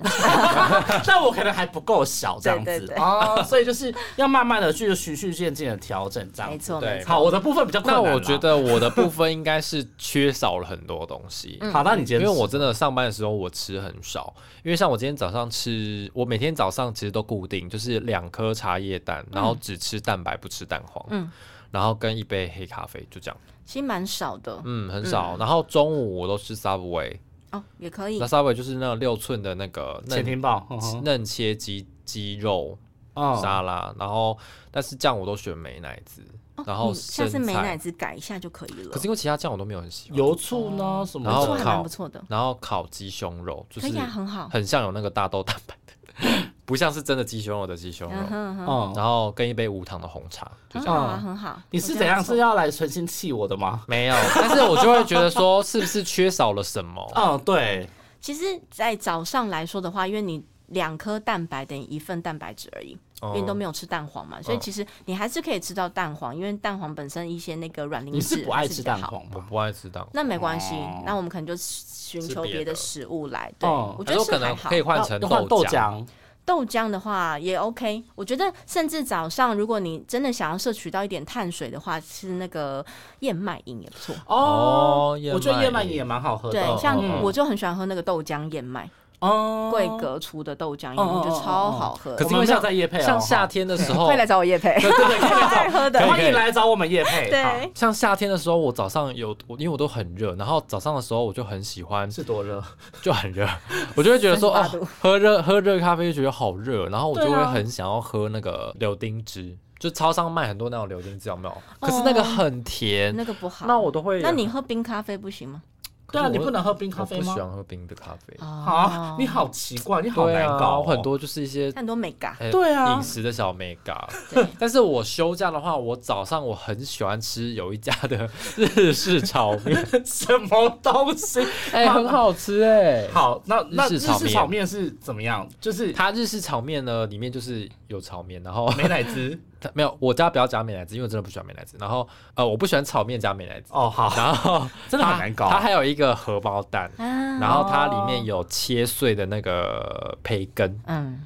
B: 但我可能还不够小这样
C: 对对
B: 子
C: 对
B: 哦，所以就是要慢慢的去循序渐进的调整这 样子。
C: 没错，
A: 对
C: 没错。
B: 好，我的部分比较困
A: 那
B: 难啦。啊
A: 我觉得我的部分应该是缺少了很多东西，
B: 好，那你今
A: 因
B: 天
A: 为我真的上班的时候我吃很少，因为像我今天早上吃，我每天早上其实都固定就是两颗茶叶蛋，然
B: 嗯
A: 后只吃蛋白不吃蛋黄，
C: 嗯
A: 然后跟一杯黑咖啡就这样，
C: 其实蛮少的
A: 嗯，很少。然后中午我都吃 Subway，
C: 哦，也可
B: 嗯
C: 以
A: 那。Subway 就是那个六寸的那个
B: 前
A: 嫩
B: 庭报，嗯哼
A: 嫩切鸡鸡肉
B: 嗯
A: 沙拉，然后但是酱我都选美乃滋，
C: 哦
A: 然后
C: 你下次
A: 生
C: 美
A: 菜
C: 乃滋哦改一下就可以了
A: 可是，因为其他酱我都没有很喜欢，
B: 油醋呢什么
A: 然
C: 不
A: 后
C: 错，还
B: 的？
A: 烤
C: 蛮不错的，
A: 然后烤鸡胸肉就
C: 可
A: 是
C: 以啊，很好。
A: 很像有那个大豆蛋白的， 不像是真的鸡胸肉的鸡胸肉。
C: 嗯哼嗯哼，
B: 嗯，
A: 然后跟一杯无糖的红茶，就
C: 很
A: 这样。
C: 好啊，
B: 嗯
C: 很好。
B: 你
C: 我
B: 是
C: 觉得
B: 怎样
C: 不错
B: 是要来存心气我的吗？
A: 没有，但是我就会觉得说，是不是缺少了什么？
C: 哦
B: 嗯，对，
C: 其实，在早上来说的话，因为你两颗蛋白等于一份蛋白质而已，
B: 哦
C: 因为你都没有吃蛋黄嘛，所以其实你还是可以吃到蛋黄，因为蛋黄本身一些那个软磷
B: 你
C: 脂
B: 嗯是不爱
C: 还是
B: 吃
C: 比较
B: 蛋
C: 好。
B: 黄
A: 我
B: 吗？
A: 不爱吃蛋黄，
C: 那没关系
B: 哦，
C: 那我们可能就寻
A: 吃
C: 求
A: 别
C: 别的
A: 的
C: 食物来。对，
B: 哦
C: 我觉
A: 还
C: 得
A: 是我
C: 是
A: 可
C: 还
A: 能
C: 好
A: 可以。换成
B: 要哦换豆
A: 浆。
B: 浆，
C: 豆浆的话也 OK，我觉得甚至早上如果你真的想要摄取到一点碳水的话，吃那个燕麦饮也不错。
A: 哦
B: 我觉得
A: 燕
B: 燕
A: 麦
B: 麦饮也蛮好喝的。
C: 对，
A: 嗯
C: 像
A: 嗯
C: 我就很喜欢喝那个豆浆燕麦，
B: 哦
C: 贵格出的豆浆燕麦，
B: 哦哦
C: 我觉得
B: 哦
C: 超
B: 哦
C: 好喝。
B: 可是因为像在夜配哦，
A: 像 夏天的时候
C: 快，来找我叶配， 超爱喝的
A: 可以。
B: 欢迎来找我们夜配。
C: 对，
A: 像夏天的时候，我早上有我，因为我都很热，然后早上的时候我就很喜欢
B: 好，是多热？
A: 就很热，我就会觉得说
C: 38度
A: 哦，喝热喝热咖啡就觉得好热，然后我就
B: 对
A: 会
B: 啊
A: 很想要喝那个柳丁汁，就超商卖很多那种柳丁汁，有没有？可
C: 哦
A: 是那个很甜，
C: 那个不好。
A: 那我都会。
B: 啊
C: 那你喝冰咖啡不行吗？
A: 可
B: 对
A: 是
B: 啊，
A: 我
B: 你不能喝冰咖啡
A: 我不
B: 吗
A: 喜？欢喝冰的咖啡。
C: 哦
B: 啊，你，好奇怪，你好
A: 对
B: 难搞
A: 啊，
B: 哦。
A: 我很多就是一些
C: 很多美嘎。
A: 哎
B: 对啊
A: 饮食的小美嘎。
C: 对
A: 但是我休假的话，我早上我很喜欢吃有一家的日式炒 面，
B: 什么东西？
A: 哎、很好吃哎、
B: 好，那那
A: 日
B: 日
A: 式炒面
B: 式炒面是怎么样？就是
A: 它日式炒面呢，里面就是有炒面，然后
B: 美乃滋。
A: 它没有，我家不要加美乃滋，因为我真的不喜欢美乃滋。然后呃，我不喜欢炒面加美乃滋。
B: 哦，好，
A: 然后
B: 真的很难搞
A: 它还有一个荷包蛋，
B: 哎
C: 啊
A: 然后它里面有切碎的那个培根，
C: 嗯，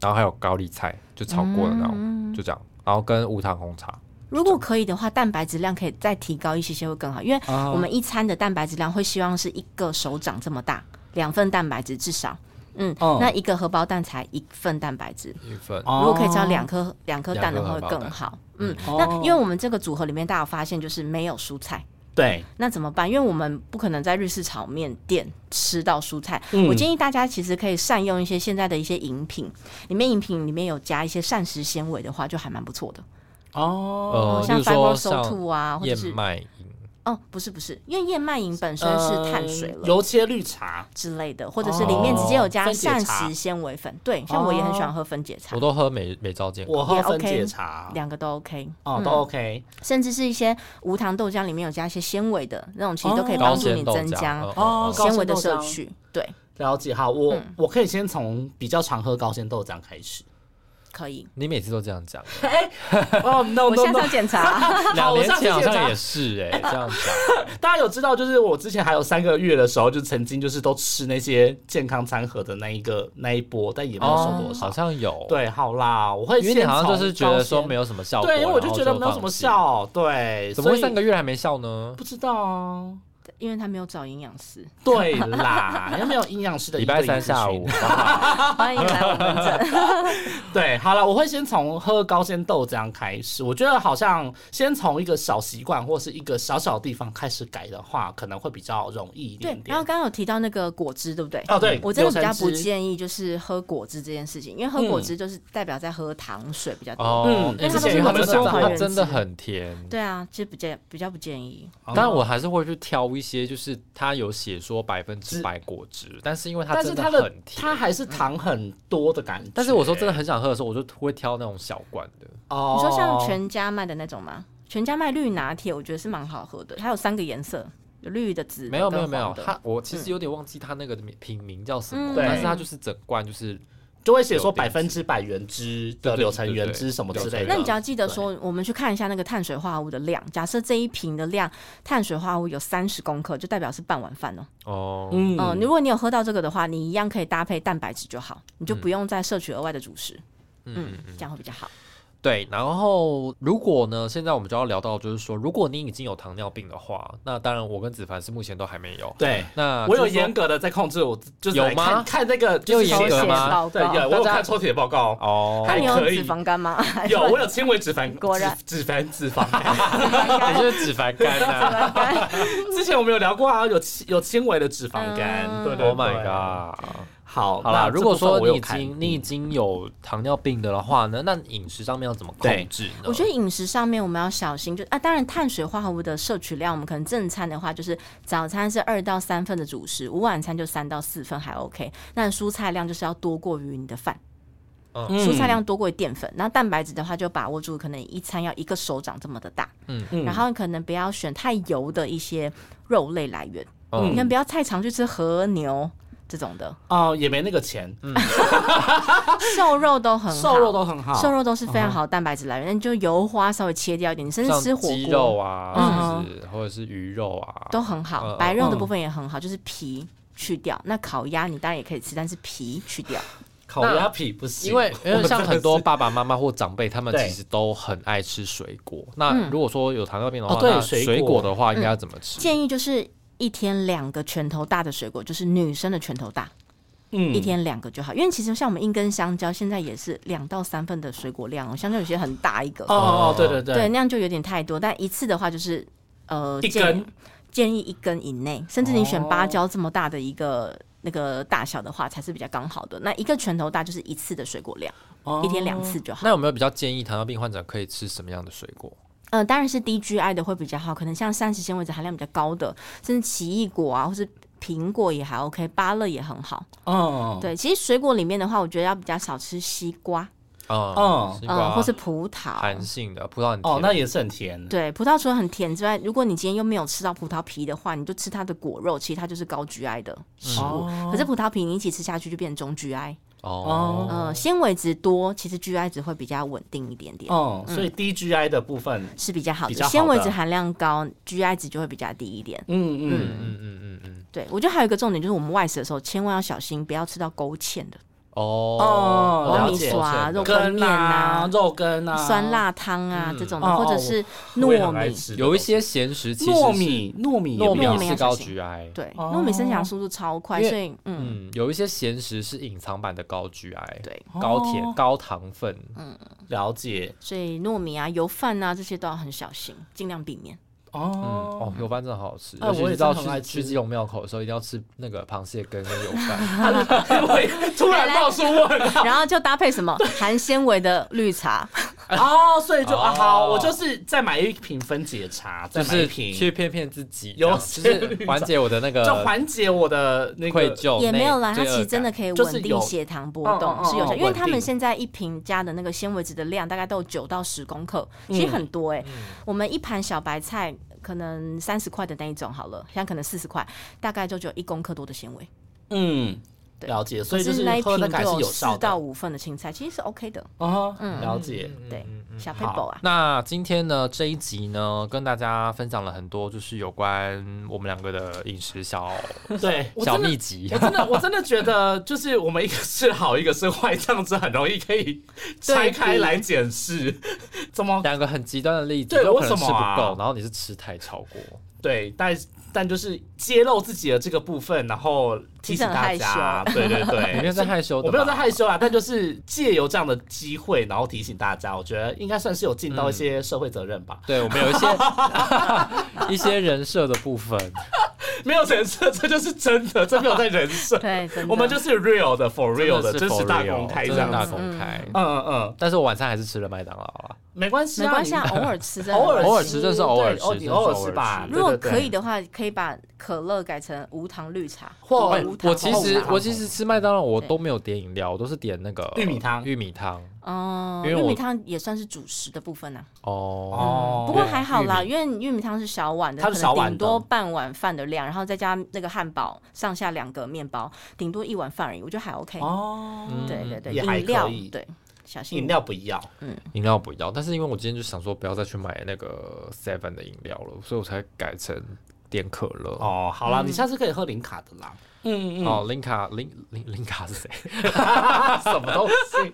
A: 然后还有高丽菜，就炒过的那种，
C: 嗯
A: 就这样。然后跟无糖红茶，
C: 如果可以的话，蛋白质量可以再提高一些些会更好，因为
A: 啊
C: 我们一餐的蛋白质量会希望是一个手掌这么大，两份蛋白质至少。嗯，
B: 哦
C: 那一个荷包蛋才一份蛋白质，
A: 一份
B: 哦
C: 如果可以吃到两颗两颗蛋的话
A: 两颗荷
C: 会
A: 包
C: 更
A: 蛋
C: 好。嗯，
B: 哦
C: 那因为我们这个组合里面，大家有发现就是没有蔬菜。
B: 对，
C: 那怎么办？因为我们不可能在日式炒面店吃到蔬菜。
B: 嗯
C: 我建议大家其实可以善用一些现在的一些饮品，里面饮品里面有加一些膳食纤维的话，就还蛮不错的。
B: 哦，
A: 呃，
C: 像
A: 例如说
C: fiber so
A: 像
C: two 啊，或者
A: 燕
C: 是
A: 麦饮，
C: 哦，不是不是，因为燕麦饮本身是碳水
B: 呃
C: 了。
B: 油切绿茶。
C: 之类的，或者是里面直接
B: 哦
C: 有加膳食纤维粉，对，像我也很喜欢喝分解茶
A: 我，都喝美美朝健康。
B: 我喝
C: 也
B: 分
C: OK 嗯
B: 解茶，
C: 两个都 OK，
B: 哦，都 OK。
C: 甚至是一些无糖豆浆里面有加一些纤维的那种，其实都可以帮助你增加
A: 哦
B: 哦高
C: 纤维
B: 纤
C: 的
B: 豆
C: 摄
B: 浆
C: 取。对，嗯
B: 了解，好，我、我可以先从比较常喝高纤豆浆开始。
C: 可以。
A: 你每次都这样 讲，
B: 哦，no
C: 我
B: no
C: 现
B: no！
C: 在要检查，
A: 两年前好像也
B: 是。
A: 是哎、这样讲。
B: 大家有知道，就是我之前还有三个月的时候，就曾经就是都吃那些健康餐盒的那一个那一波，但也没有瘦多少。
A: 哦好像有，，
B: 对，好啦，我会
A: 因为你
B: 先
A: 好像就
B: 从
A: 是觉得
B: 高
A: 说
B: 纤
A: 没有什么效果，
B: 对，因为我
A: 然
B: 就
A: 后
B: 觉得没有什么
A: 放弃，
B: 效，对，
A: 怎么
B: 所
A: 会
B: 以
A: 三个月还没效呢？
B: 不知道啊。
C: 因为他没有找营养 师。
B: 对啦，又没有营养 师的
A: 礼
B: 一对一
A: 拜三
B: 咨询
A: 下午，
C: 欢迎来我们诊，
B: 对，好了，我会先从喝高纤豆浆开始。我觉得好像先从一个小习惯或是一个小小的地方开始改的话，可能会比较容易一点
C: 对。
B: 点
C: 然后。刚刚有提到那个果汁，对不对？
B: 哦，对，
C: 我真的比较
B: 柳橙
C: 不
B: 汁
C: 建议就是喝果汁这件事情，因为喝果汁就是代表在喝糖水比较多。
A: 哦，
B: 嗯
A: 之
B: 之
A: 前
B: 前
A: 他
B: 他
A: 们
B: 们
A: 说
B: 说
A: 它真的很甜，
C: 对啊，就比较比较不建议。
A: 但
B: 哦
A: 我还是会去挑一些，就是它有写说百分之百果汁，但是因为它
B: 但
A: 真
B: 是它的
A: 很甜。
B: 它还是糖很多的感觉。
A: 但是我说真的很想喝的时候，我就会挑那种小罐的。
B: 哦，
C: 你说像全家卖的那种吗？全家卖绿拿铁，我觉得是蛮好喝的，它有三个颜色，有绿的、紫的
A: 没有没有
C: 跟
A: 没有
C: 黄，的
A: 它我
B: 嗯
A: 其实有点忘记它那个名品名叫什么，
C: 嗯
A: 但是它就是整罐就是
B: 嗯就会写说
A: 有点
B: 百分之百原汁
A: 对对
B: 的柳
A: 对
B: 橙
A: 对
B: 原
A: 对
B: 汁什么之类的。
C: 那你只要记得说，我们去看一下那个碳水化合物的量。假设这一瓶的量碳水化合物有三十公克，就代表是半碗饭哦。
A: 哦，
B: 嗯
C: 嗯、如果你有喝到这个的话，你一样可以搭配蛋白质就好，你就不用再摄取额外的主食。嗯，这样会比较好。
A: 对，然后如果呢，现在我们就要聊到，就是说，如果你已经有糖尿病的话，那当然我跟子凡是目前都还没有。
B: 对，
A: 那
B: 我有
A: 啊就是说
B: 严格的在控制我，就是
A: 有
B: 来
A: 吗
B: 看看那个就是
A: 有严格
B: 抽血
A: 吗
C: 报
B: 对，有
C: 告。
B: 我有
A: 大家
B: 看抽血报告，
A: 哦，
C: 那
B: 还
C: 你有
B: 可以
C: 脂肪肝吗？
B: 有我有轻微脂肪，
C: 果然
B: 脂脂肪脂肪 肝。
A: 你就是脂肪肝 呐、
B: 之前我们有聊过啊，有轻有轻微的脂肪肝，
C: 嗯
B: 对对
A: o h Oh my
B: 对
A: god！
B: 好，
A: 好啦，
B: 那
A: 如果说你已
B: 这部分我有
A: 经
B: 看
A: 你已经有糖尿病的话呢，那饮食上面要怎么控制呢？
C: 我觉得饮食上面我们要小心，就啊，当然碳水化合物的摄取量，我们可能正餐的话就是早餐是二到三份的主食，午晚餐就三到四份还 OK。那蔬菜量就是要多过于你的饭，
B: 嗯
C: 蔬菜量多过于淀粉，那蛋白质的话就把握住，可能一餐要一个手掌这么的大。
A: 嗯
B: 嗯
C: 然后可能不要选太油的一些肉类来源，
A: 嗯
C: 你看不要太常去吃和牛这种的，
B: 哦也没那个钱，
A: 嗯
C: 瘦肉都很好，
B: 啊瘦肉都很好，嗯
C: 瘦肉都是非常好的蛋白质来源，那你就油花稍微切掉一点，你甚至
A: 像
C: 吃火
A: 鸡肉
C: 锅嗯
A: 啊，是不是？或者是鱼肉啊，
C: 都很好，
B: 呃
A: 嗯
C: 白肉的部分也很好，就是皮去掉。那烤鸭你当然也可以吃，但是皮去掉。
B: 烤鸭皮不行，
A: 因为因为像很多
B: 我们
A: 爸爸妈妈或长辈，他们
B: 对
A: 其实都很爱吃水果。那
C: 嗯
A: 如果说有糖尿病的话，
B: 哦对
A: 那
B: 水
A: 水
B: 果
A: 的话应该要怎么吃？
C: 建议就是一天两个拳头大的水果，就是女生的拳头大，
B: 真的是
C: 一天两个就好。因为其实像我们一根香蕉，现在也是两到三份的水果量哦，香蕉有些很大一个，
B: 嗯哦哦对对
C: 对，那样就有点太多。但一次的话就是呃，
B: 一
C: 建议
B: 根
C: 建议一根以内，甚至你选
B: 哦
C: 芭蕉这么大的一个。那个大小的话才是比较刚好的，那一个拳头大就是一次的水果量，
B: 哦
C: 一天两次就好。
A: 那有没有比较建议糖尿病患者可以吃什么样的水果？
C: 嗯，当然是低 GI 的会比较好，可能像膳食纤维质含量比较高的，甚至奇异果啊，或是苹果也还 OK，芭乐也很好。
B: 嗯
C: 对，其实水果里面的话，我觉得要比较少吃西瓜，
A: 啊，
B: 嗯
A: 西
C: 嗯、
A: 瓜，
C: 或是葡萄
A: 寒。性的葡萄很甜
B: 哦那也是很甜，
C: 对，葡萄除了很甜之外，如果你今天又没有吃到葡萄皮的话，你就吃它的果肉，其实它就是高 GI 的
B: 嗯
C: 食物。可是葡萄皮你一起吃下去就变中 GI，
A: 哦，
C: 呃，纤维值多，其实 GI 值会比较稳定一点点。
B: 嗯，所以低 GI 的部分，
C: 是比较好
B: 比
C: 的，
B: 较好
C: 纤维
B: 的
C: 质含量高，GI 值就会比较低一点。
B: 嗯嗯，
A: 嗯嗯嗯嗯，
C: 对，我觉得还有一个重点就是，我们外食的时候千万要小心，不要吃到勾芡的
A: 哦，
B: 哦
A: 了
B: 米
A: 解
C: 索啊
A: 了解
C: 肉羹
B: 根
C: 面啊
B: 肉羹啊，
C: 酸辣汤啊这种的，
B: 哦
C: 或者
B: 哦
C: 是
B: 我也
C: 糯
B: 很爱
C: 米。
B: 吃的
A: 有一些咸食其实是
B: 糯米糯米也
A: 糯
B: 比较
C: 要
A: 米
C: 吃
A: 是高
C: 要小心
A: GI，
C: 对，
B: 哦
C: 糯米生长速度超快，
A: 因为
C: 所以嗯，
A: 嗯，有一些咸食是隐藏版的高 GI，
C: 对，
A: 高
C: 哦
A: 甜高糖分，
B: 嗯 了解
C: 所以糯米啊、油饭啊这些都要很小心，尽量避免。
B: 哦。
A: 哦，油饭真的好好吃，
B: 哎
A: 尤其
B: 我
A: 是
B: 也
A: 到
B: 真的很爱
A: 去去
B: 吃
A: 基隆庙口的时候，一定要吃那个螃蟹羹跟油饭。
B: 对，突然冒出问号
C: 然后就搭配什么含纤维的绿茶，
B: 哦，所以就啊
A: 哦
B: 好，我就是再买一瓶分解茶，
A: 就
B: 再买一
A: 是
B: 瓶，
A: 去骗骗自己，
B: 有
A: 这样就是缓解我的那个
B: 就缓解我的那
A: 愧
B: 个
A: 疚，
C: 也没有啦，
A: 内
C: 它其实真的
A: 罪
C: 可以
B: 就是
C: 稳定
B: 有
C: 血糖波
B: 嗯
C: 动
B: 嗯
C: 是有
B: 嗯
C: 效，
B: 嗯
C: 因为
B: 稳
C: 他们
B: 定
C: 现在一瓶加的那个纤维质的量大概都有九到十公克，其实
B: 嗯
C: 很多哎。我们一盘小白菜可能三十块的那一种好了，现在可能四十块，大概就只有一公克多的纤维。
B: 嗯，
C: 对
B: 了解，所
C: 可
B: 以就是
C: 是那一
B: 喝
C: 瓶
B: 那个还
C: 就是有
B: 有效
C: 四
B: 的
C: 到五份的青菜，其实是 OK 的，
B: 啊，
C: 嗯
B: 了解。
C: 对
A: 嗯嗯
C: 小
B: 好
C: paper 啊。
A: 那今天呢这一集呢，跟大家分享了很多，就是有关我们两个的饮食小
C: 嗯
B: 对，我
A: 小
B: 真的
A: 秘籍
B: 我。真的，我真的觉得，就是我们一个是好，一个是坏，这样子很容易可以拆开来检视。怎么
A: 两个很极端的例子，
B: 对
A: 有可能
B: 为
A: 吃
B: 什
A: 不
B: 么
A: 够，
B: 啊
A: 然后你是吃太超过，
B: 对？但但就是揭露自己的这个部分，然后提醒大
C: 其实很
B: 家
C: 害，
B: 对对
A: 你没有
B: 对。
A: 在害羞的吧，
B: 我没有在害羞啊，但就是借由这样的机会，然后提醒大家，我觉得应该算是有尽到一些社会责任吧。
A: 对我们有一些 一些人设的部分，嗯
B: 没有人设，这就是真的，这没有在 人设，
C: 对，真的
B: 我们就是 real 的，for real 的，
A: 真
B: 真
A: 的
B: 实
A: for
B: 大
A: real，
B: 公开这
A: 真的
B: 样
A: 大
B: 子。
A: 公开。
B: 嗯嗯嗯，
A: 但是我晚餐还是吃了麦当劳啊，
B: 没关系
C: 没
B: 啊，
C: 关系
B: 你
C: 啊，偶尔吃真的
B: 偶尔
A: 偶尔吃，这是偶尔
B: 对
A: 吃，
B: 哦
A: 这
B: 你
A: 是
B: 偶尔
A: 吃
B: 吃吧
A: 吃
C: 如果
B: 对对对
C: 可以的话，可以把可乐改成无糖绿茶
B: 或
A: 我
C: 无糖
A: 哎我其
C: 红
B: 哦
A: 实
C: 茶
A: 我其实吃麦当劳我都没有点饮料，我都是点那个
B: 玉米汤
A: 玉米汤
C: 哦，
A: 因为
C: 玉
A: 我
C: 米汤也算是主食的部分呐、啊
A: 哦。
B: 哦，
C: 不过还好啦，因为玉米汤是小碗的，
B: 它
C: 可
B: 是
C: 能
B: 小碗
C: 顶
B: 的
C: 多半碗饭的量，然后再加那个汉堡，上下两个面包，顶多一碗饭而已，我觉得还 OK。
B: 哦，
A: 嗯
C: 对对对，
B: 也还
C: 饮料
B: 可以
C: 对，小心
B: 饮料不一样，
A: 饮料不要，但是因为我今天就想说不要再去买那个 Seven 的饮料了，所以我才改成点可乐。哦，
B: 哦，好啦，你下次可以喝零卡的 啦。嗯嗯，
A: 林卡林林林卡是谁？
B: 什么东西？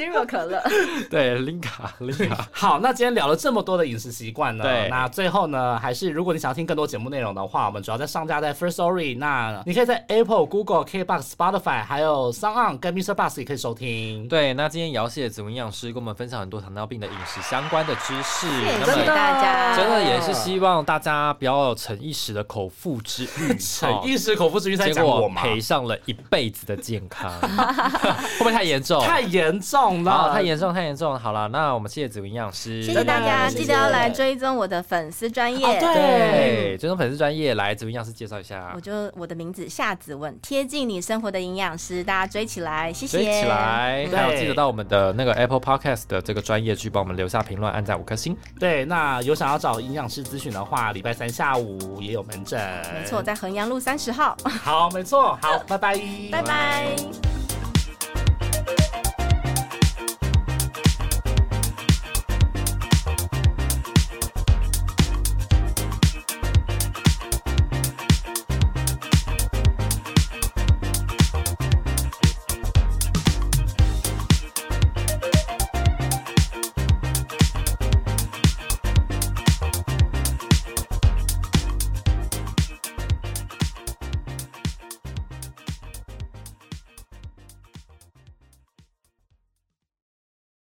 C: zero 可乐，
A: 对，林 卡林卡。
B: 好，那今天聊了这么多的饮食习惯呢
A: 对，
B: 那最后呢，还是如果你想要听更多节目内容的话，我们主要在上架在 First Story，那你可以在 Apple、Google、KBox、Spotify 还有 Sound On 跟 Mr. Bus 也可以收听。
A: 对，那今天也要谢谢子文营养师跟我们分享很多糖尿病的饮食相关的知识。
C: 谢
A: 那
C: 谢
A: 么
C: 大家，
A: 真的也是希望大家不要有逞一时的口腹之欲，
B: 逞一时口腹之欲在
A: 结
B: 讲我
A: 果
B: 吗？
A: 赔上了一辈子的健 康，会不会太严重？
B: 太严重
A: 啊，
B: 了，
A: 太严重，太严重。好了，那我们谢谢紫云营养师，
C: 谢谢大家，
B: 谢谢哦
C: 记得要来追踪我的粉丝专
B: 啊
C: 业。
A: 对，追踪粉丝专业来紫云营养师介绍一下
C: 嗯我，就我的名字夏子文，贴近你生活的营养师，大家追起来，谢谢。
A: 追起来，
B: 对
A: 还有记得到我们的那个 Apple Podcast 的这个专业去帮我们留下评论，按赞五颗星。
B: 对，那有想要找营养师咨询的话，礼拜三下午也有门诊。
C: 没错，，在衡阳路三十号，
B: 好，没错，好，拜拜，
C: 拜拜。